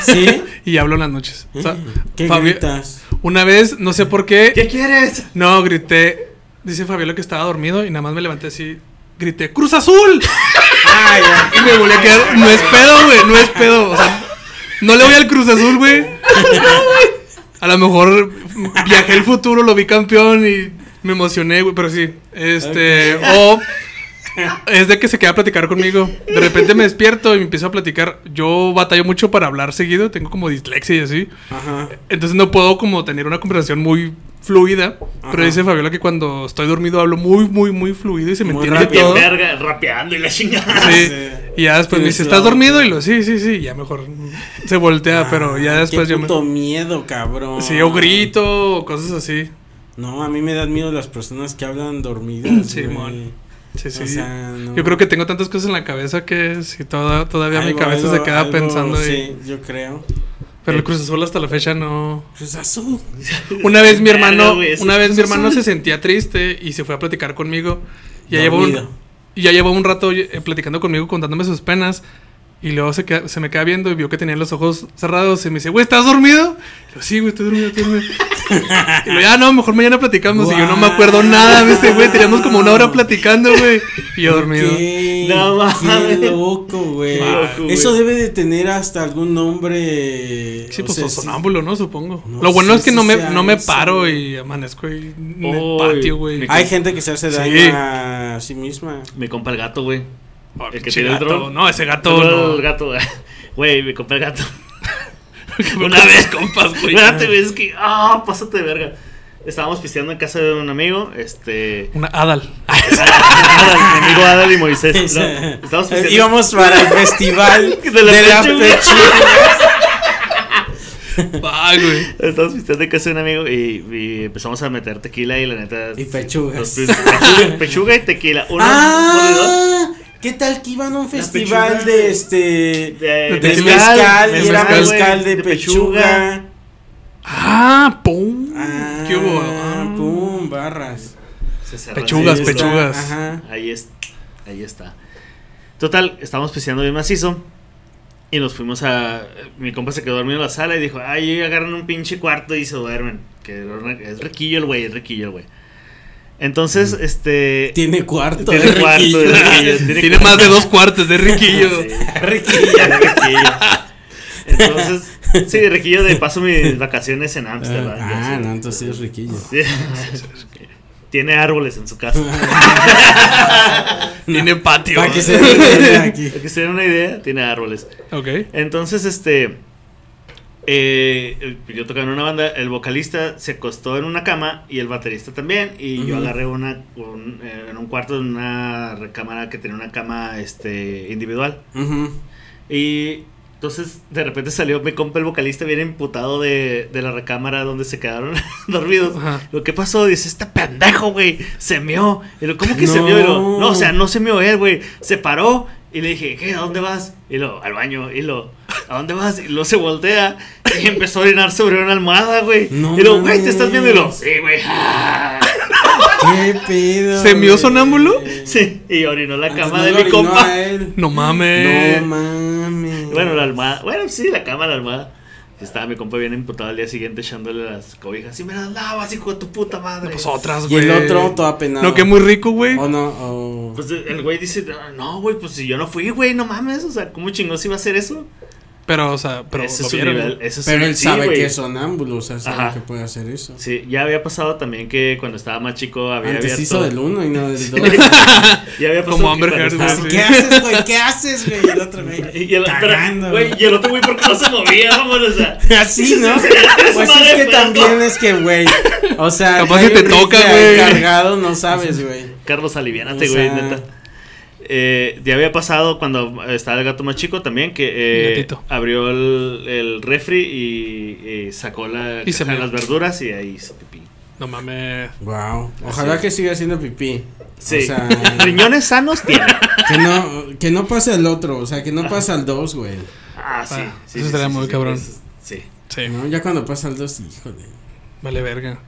[SPEAKER 3] ¿Sí?
[SPEAKER 1] Y hablo en las noches. O sea,
[SPEAKER 3] ¿Qué
[SPEAKER 1] Fabio-
[SPEAKER 3] gritas?
[SPEAKER 1] Una vez, no sé por qué,
[SPEAKER 2] ¿Qué quieres?
[SPEAKER 1] No, grité. Dice Fabiola que estaba dormido y nada más me levanté así. Grité, ¡Cruz Azul!
[SPEAKER 3] Ay, ya.
[SPEAKER 1] Y me volví a quedar. No es pedo, güey. No es pedo. O sea, no le voy al Cruz Azul, güey. A lo mejor viajé el futuro, lo vi campeón y me emocioné, güey. Pero sí. Este. O. Es de que se queda a platicar conmigo. De repente me despierto y me empiezo a platicar. Yo batallo mucho para hablar seguido. Tengo como dislexia y así.
[SPEAKER 3] Ajá.
[SPEAKER 1] Entonces no puedo como tener una conversación muy fluida.
[SPEAKER 3] Ajá.
[SPEAKER 1] Pero dice Fabiola que cuando estoy dormido hablo muy, muy, muy fluido y se me
[SPEAKER 3] Muy
[SPEAKER 1] entiende
[SPEAKER 3] rápido.
[SPEAKER 1] todo.
[SPEAKER 2] Bien verga, rapeando y la chingada.
[SPEAKER 1] Sí.
[SPEAKER 3] Sí.
[SPEAKER 1] Y ya después me dice,
[SPEAKER 3] Tienes
[SPEAKER 1] ¿estás
[SPEAKER 3] la
[SPEAKER 1] dormido?
[SPEAKER 3] onda.
[SPEAKER 1] Y lo, sí, sí, sí. y ya mejor se voltea, pero ya
[SPEAKER 3] Ah,
[SPEAKER 1] después
[SPEAKER 3] qué
[SPEAKER 1] yo me...
[SPEAKER 3] puto miedo, cabrón.
[SPEAKER 1] Sí, yo grito o cosas así.
[SPEAKER 3] No, a mí me dan miedo las personas que hablan dormidas.
[SPEAKER 1] Sí,
[SPEAKER 3] güey.
[SPEAKER 1] mon. Sí, sí.
[SPEAKER 3] O sea, no.
[SPEAKER 1] Yo creo que tengo tantas cosas en la cabeza que si toda, todavía mi
[SPEAKER 3] Algo-
[SPEAKER 1] cabeza se
[SPEAKER 3] algo-
[SPEAKER 1] queda
[SPEAKER 3] algo,
[SPEAKER 1] pensando. y-
[SPEAKER 3] Sí, yo creo.
[SPEAKER 1] pero el Cruz Azul hasta la fecha no...
[SPEAKER 3] Pues azul.
[SPEAKER 1] Una vez mi
[SPEAKER 2] Verga,
[SPEAKER 1] hermano,
[SPEAKER 2] güey, sí.
[SPEAKER 1] una vez mi hermano se sentía triste y se fue a platicar conmigo. Ya llevó
[SPEAKER 3] Dormido.
[SPEAKER 1] un, y ya llevó un rato eh, platicando conmigo, contándome sus penas. Y luego se, queda- se me queda viendo y vio que tenía los ojos cerrados. Y me dice, güey, ¿estás dormido? Y yo, sí, güey, estoy dormido, estoy dormido. y lo ya no, mejor mañana platicamos. Y yo no me acuerdo nada, me dice, güey, teníamos como una hora platicando, güey. Y yo dormido.
[SPEAKER 3] ¿Qué?
[SPEAKER 2] No mames.
[SPEAKER 3] Qué loco, güey.
[SPEAKER 2] Qué loco, güey.
[SPEAKER 3] Eso debe de tener hasta algún nombre.
[SPEAKER 1] Sí,
[SPEAKER 3] o
[SPEAKER 1] pues
[SPEAKER 3] sea,
[SPEAKER 1] o sonámbulo, ¿no? Supongo.
[SPEAKER 3] No
[SPEAKER 1] lo bueno
[SPEAKER 3] sé
[SPEAKER 1] es que
[SPEAKER 3] si
[SPEAKER 1] no me,
[SPEAKER 3] sea
[SPEAKER 1] no me
[SPEAKER 3] eso,
[SPEAKER 1] paro
[SPEAKER 3] güey.
[SPEAKER 1] y amanezco ahí en
[SPEAKER 2] Uy,
[SPEAKER 1] el patio, güey. Ah,
[SPEAKER 2] me
[SPEAKER 3] Hay gente que se hace
[SPEAKER 1] Sí.
[SPEAKER 3] daño a sí misma.
[SPEAKER 2] Me compa el gato, güey.
[SPEAKER 1] Ah,
[SPEAKER 2] El que
[SPEAKER 1] pinche
[SPEAKER 2] tiene el
[SPEAKER 1] gato.
[SPEAKER 2] dron.
[SPEAKER 1] No, ese gato
[SPEAKER 2] Todo
[SPEAKER 1] no.
[SPEAKER 2] el gato, güey. Güey, me compré el gato.
[SPEAKER 1] Que me
[SPEAKER 2] Una
[SPEAKER 1] con
[SPEAKER 2] vez,
[SPEAKER 1] tus compas, güey.
[SPEAKER 2] Espérate, güey, es que. ¡Ah! pásate de verga. Estábamos pisteando en casa de un amigo, este...
[SPEAKER 1] Una Adal.
[SPEAKER 2] Adal, mi amigo Adal y Moisés. ¿no? Estábamos
[SPEAKER 3] Eh,
[SPEAKER 2] pisteando.
[SPEAKER 3] Íbamos para el festival
[SPEAKER 2] De
[SPEAKER 3] de
[SPEAKER 2] la
[SPEAKER 3] la
[SPEAKER 2] fecha, güey.
[SPEAKER 1] Va, güey.
[SPEAKER 2] Estábamos pisteando en casa de un amigo y, y empezamos a meter tequila y la neta...
[SPEAKER 3] Y pechugas.
[SPEAKER 2] los pe- pechuga, pechuga y tequila. Uno, mordedor
[SPEAKER 3] Ah, ¿qué tal que iban a un festival
[SPEAKER 2] pechuga.
[SPEAKER 3] de este
[SPEAKER 2] de,
[SPEAKER 3] de
[SPEAKER 1] Mezcal,
[SPEAKER 3] mezcal y era
[SPEAKER 1] mezcal,
[SPEAKER 3] mezcal
[SPEAKER 2] güey,
[SPEAKER 3] de pechuga?
[SPEAKER 1] Ah, pum.
[SPEAKER 3] Ah,
[SPEAKER 1] ¿Qué hubo? Ah,
[SPEAKER 3] pum, barras.
[SPEAKER 2] Se cerró
[SPEAKER 1] Pechugas,
[SPEAKER 3] Ahí
[SPEAKER 2] así, güey.
[SPEAKER 3] está,
[SPEAKER 1] pechugas.
[SPEAKER 3] Ajá.
[SPEAKER 2] Ahí, es, ahí está. Total, estábamos pisteando bien macizo. Y nos fuimos a. Mi compa se quedó dormido en la sala y dijo: Ay, agarran un pinche cuarto y se duermen. Que era una- es riquillo el güey, es riquillo el güey. Entonces, este.
[SPEAKER 3] Tiene cuarto.
[SPEAKER 2] Tiene
[SPEAKER 3] de
[SPEAKER 2] cuarto
[SPEAKER 3] riquillo.
[SPEAKER 2] de riquillo. Tiene
[SPEAKER 1] Tiene más de dos cuartos de riquillo.
[SPEAKER 2] Sí, riquillo, riquillo. Entonces, sí, riquillo de paso mis vacaciones en Ámsterdam. y
[SPEAKER 3] Ah,
[SPEAKER 2] así.
[SPEAKER 3] no, entonces sí es riquillo.
[SPEAKER 2] Sí. Tiene árboles en su casa.
[SPEAKER 1] Tiene patio.
[SPEAKER 3] Para que se vea aquí.
[SPEAKER 2] Para que se den una idea, tiene árboles.
[SPEAKER 1] Ok.
[SPEAKER 2] Entonces, este. eh, yo tocaba en una banda, el vocalista se acostó en una cama y el baterista también. Y yo
[SPEAKER 3] Ujú.
[SPEAKER 2] agarré una un, eh, en un cuarto de una recámara que tenía una cama este, individual.
[SPEAKER 3] Ujú.
[SPEAKER 2] Y entonces de repente salió mi compa el vocalista bien imputado de, de la recámara donde se quedaron dormidos.
[SPEAKER 1] Ajá.
[SPEAKER 2] Lo que pasó, dice, este pendejo, güey, se meó. Y lo, ¿cómo que se
[SPEAKER 3] No.
[SPEAKER 2] meó? Y lo, no, o sea, no se meó él, güey. Se paró y le dije, ¿qué? ¿A dónde vas? Y lo, al baño. Y lo, ¿a dónde vas? Y lo se voltea y empezó a orinar sobre una almohada, güey.
[SPEAKER 3] No
[SPEAKER 2] y lo, güey, ¿te
[SPEAKER 3] mames.
[SPEAKER 2] estás viendo? Y lo, sí, güey. ah".
[SPEAKER 3] ¿Qué pedo?
[SPEAKER 1] ¿Se mió
[SPEAKER 3] güey?
[SPEAKER 1] sonámbulo?
[SPEAKER 2] Sí, y orinó la
[SPEAKER 3] Ah,
[SPEAKER 2] cama
[SPEAKER 3] no
[SPEAKER 2] de
[SPEAKER 3] lo
[SPEAKER 2] mi
[SPEAKER 3] orinó
[SPEAKER 2] compa.
[SPEAKER 3] a él.
[SPEAKER 1] No mames.
[SPEAKER 3] No mames.
[SPEAKER 2] Bueno, la almohada. Bueno, sí, la cama, la almohada. Estaba mi compa bien imputado al día siguiente echándole las cobijas. Y me las lavas, hijo de tu puta madre.
[SPEAKER 1] Pues otras,
[SPEAKER 3] Y
[SPEAKER 1] güey.
[SPEAKER 3] el otro todo apenado.
[SPEAKER 1] No, que muy rico, güey.
[SPEAKER 3] O no, o-
[SPEAKER 2] Pues el güey dice, no, güey, pues si yo no fui, güey, no mames. O sea, ¿cómo chingón se iba a hacer eso?
[SPEAKER 1] Pero, o sea, pero
[SPEAKER 2] ese
[SPEAKER 1] lo
[SPEAKER 2] es su
[SPEAKER 1] vieron,
[SPEAKER 2] nivel.
[SPEAKER 1] güey.
[SPEAKER 2] ese es su-
[SPEAKER 3] Pero él
[SPEAKER 2] sí,
[SPEAKER 3] sabe
[SPEAKER 2] güey.
[SPEAKER 3] que es sonámbulo, o sea, sabe
[SPEAKER 2] Ajá.
[SPEAKER 3] que puede hacer eso.
[SPEAKER 2] Sí, ya había pasado también que cuando estaba más chico había
[SPEAKER 3] Antes
[SPEAKER 2] abierto.
[SPEAKER 3] hizo del uno y no del dos.
[SPEAKER 2] Ya había pasado
[SPEAKER 1] Como
[SPEAKER 2] que
[SPEAKER 1] Amber
[SPEAKER 2] cuando
[SPEAKER 1] Heard,
[SPEAKER 2] estaba-
[SPEAKER 3] Así,
[SPEAKER 1] güey.
[SPEAKER 3] ¿Qué haces, güey? ¿Qué haces, güey? El otro, güey.
[SPEAKER 2] Y el, pero,
[SPEAKER 3] Cagando,
[SPEAKER 2] güey, y el otro güey porque no se movía, vamos, o sea.
[SPEAKER 3] Así, ¿no?
[SPEAKER 2] Eres
[SPEAKER 3] Pues
[SPEAKER 2] madre
[SPEAKER 3] es que
[SPEAKER 2] perro.
[SPEAKER 3] también es que, güey. O sea,
[SPEAKER 1] Capaz
[SPEAKER 3] hay
[SPEAKER 1] que te
[SPEAKER 3] un
[SPEAKER 1] toca,
[SPEAKER 3] rifle
[SPEAKER 1] güey.
[SPEAKER 3] cargado, no sabes, güey.
[SPEAKER 2] Carlos, aliviánate,
[SPEAKER 3] O
[SPEAKER 2] güey,
[SPEAKER 3] sea-
[SPEAKER 2] neta. Eh, ya había pasado cuando estaba el gato más chico también, que eh,
[SPEAKER 1] Gatito.
[SPEAKER 2] abrió el, el refri y, eh, sacó la
[SPEAKER 1] Y se
[SPEAKER 2] caja de
[SPEAKER 1] meó.
[SPEAKER 2] las verduras y ahí hizo pipí.
[SPEAKER 1] No mames.
[SPEAKER 3] Wow. Ojalá
[SPEAKER 2] Así.
[SPEAKER 3] que siga haciendo pipí.
[SPEAKER 2] Sí.
[SPEAKER 3] O sea,
[SPEAKER 2] Riñones sanos tiene.
[SPEAKER 3] que no, que no pase al otro, o sea, que no pase al dos, güey.
[SPEAKER 2] Ah, sí.
[SPEAKER 1] Ah, eso
[SPEAKER 2] sí, sí,
[SPEAKER 1] estaría
[SPEAKER 2] sí,
[SPEAKER 1] muy
[SPEAKER 2] sí,
[SPEAKER 1] cabrón.
[SPEAKER 2] eso es- Sí.
[SPEAKER 1] Sí,
[SPEAKER 3] ¿no? Ya cuando pasa al dos, híjole.
[SPEAKER 1] vale verga.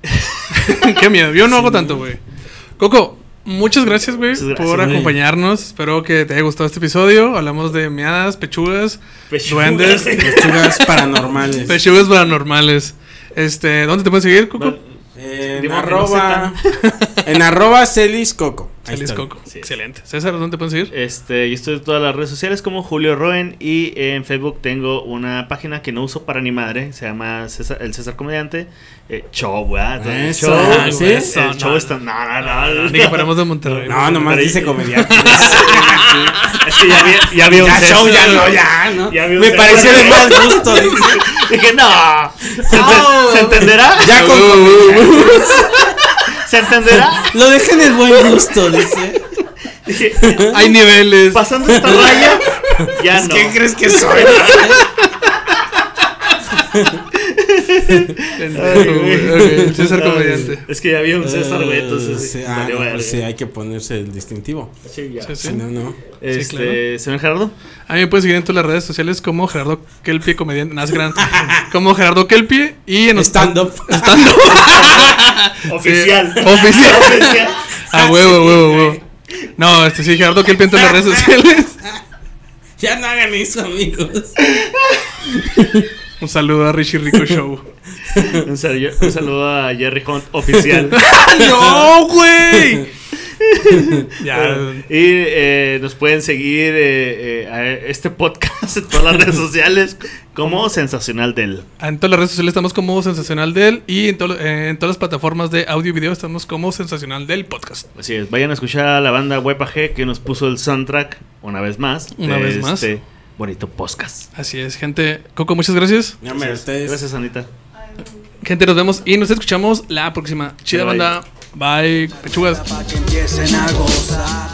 [SPEAKER 1] Qué miedo. Yo no hago tanto, güey. Coco, muchas gracias, güey,
[SPEAKER 2] Muchas gracias,
[SPEAKER 1] por
[SPEAKER 3] güey.
[SPEAKER 1] acompañarnos. Espero que te haya gustado este episodio. Hablamos de meadas, pechugas, duendes,
[SPEAKER 3] Pechugas paranormales.
[SPEAKER 1] pechugas paranormales. Este, ¿dónde te pueden seguir, Coco?
[SPEAKER 2] Va-
[SPEAKER 3] En
[SPEAKER 2] Dimo que no
[SPEAKER 3] arroba. En arroba Celis Coco. Ahí
[SPEAKER 1] Feliz
[SPEAKER 3] estoy.
[SPEAKER 1] Coco.
[SPEAKER 2] Sí.
[SPEAKER 1] Excelente. César, ¿dónde te pueden seguir?
[SPEAKER 2] Este, yo estoy en todas las redes sociales como Julio Roen y en Facebook tengo una página que no uso para ni madre, se llama César- El César Comediante. Eh, show, ¿verdad? El
[SPEAKER 3] Eso,
[SPEAKER 2] show,
[SPEAKER 3] ah,
[SPEAKER 2] el-
[SPEAKER 3] ¿sí?
[SPEAKER 2] el
[SPEAKER 1] Eso,
[SPEAKER 2] show
[SPEAKER 1] no,
[SPEAKER 2] está. Ah, No, no, no, no.
[SPEAKER 1] Ah, Ni que fuéramos de Monterrey.
[SPEAKER 3] No, nomás
[SPEAKER 2] Pero-
[SPEAKER 3] dice comediante.
[SPEAKER 2] Es que ya vi, ya vi un
[SPEAKER 3] ya
[SPEAKER 2] César.
[SPEAKER 3] show, ya no, ya, ¿no?
[SPEAKER 2] Ya vi un
[SPEAKER 3] Me
[SPEAKER 2] César.
[SPEAKER 3] pareció de mal gusto. dice.
[SPEAKER 2] Dije, no. ¿Se,
[SPEAKER 3] No.
[SPEAKER 2] ente- ¿se entenderá?
[SPEAKER 3] Ya con
[SPEAKER 2] ¿Se entenderá?
[SPEAKER 3] Lo dejen el buen gusto, dice.
[SPEAKER 2] Dije,
[SPEAKER 1] Hay niveles.
[SPEAKER 2] pasando esta raya, ya no.
[SPEAKER 3] ¿Qué crees que soy?
[SPEAKER 2] Ay,
[SPEAKER 1] Pendejo,
[SPEAKER 2] güey.
[SPEAKER 1] güey. Ok, César
[SPEAKER 2] Ay,
[SPEAKER 1] comediante.
[SPEAKER 2] Es que ya había un César, güey,
[SPEAKER 3] Eh,
[SPEAKER 2] entonces.
[SPEAKER 3] sí,
[SPEAKER 2] sí,
[SPEAKER 3] ah,
[SPEAKER 2] valió
[SPEAKER 3] no,
[SPEAKER 2] verga.
[SPEAKER 3] pues sí, hay que ponerse el distintivo.
[SPEAKER 2] Sí, ya.
[SPEAKER 1] Sí, sí.
[SPEAKER 3] Si no, no.
[SPEAKER 2] Este,
[SPEAKER 1] Sí, claro.
[SPEAKER 2] ¿Señor Gerardo?
[SPEAKER 1] A mí me puedes seguir en todas las redes sociales como Gerardo Kelpie comediante. No, es gran- como Gerardo Kelpie y en
[SPEAKER 3] Stand up.
[SPEAKER 1] Stand up.
[SPEAKER 2] Oficial.
[SPEAKER 1] Oficial.
[SPEAKER 2] Oficial.
[SPEAKER 1] A huevo, a huevo, a huevo. No, este sí, Gerardo Kelpie en todas las redes sociales.
[SPEAKER 3] Ya no hagan eso, amigos.
[SPEAKER 1] Un saludo a Richie Rico Show.
[SPEAKER 2] Un saludo, un saludo a Jerry Hunt, oficial.
[SPEAKER 1] ¡No, güey! Ya.
[SPEAKER 2] Eh, y eh, nos pueden seguir eh, eh, a este podcast en todas las redes sociales como Sensacional Del.
[SPEAKER 1] En todas las redes sociales estamos como Sensacional Del y en, to- eh, en todas las plataformas de audio y video estamos como Sensacional Del Podcast.
[SPEAKER 2] Así es, vayan a escuchar a la banda Wepa G que nos puso el soundtrack una vez más.
[SPEAKER 1] Una
[SPEAKER 2] de
[SPEAKER 1] vez más.
[SPEAKER 2] Este bonito podcast.
[SPEAKER 1] Así es, gente. Coco, muchas gracias.
[SPEAKER 3] No, hombre, ustedes.
[SPEAKER 2] Gracias, Anita.
[SPEAKER 1] Gente, nos vemos y nos escuchamos la próxima. Chida
[SPEAKER 2] Bye.
[SPEAKER 1] banda. Bye, pechugas.
[SPEAKER 4] Pa' que empiecen a gozar.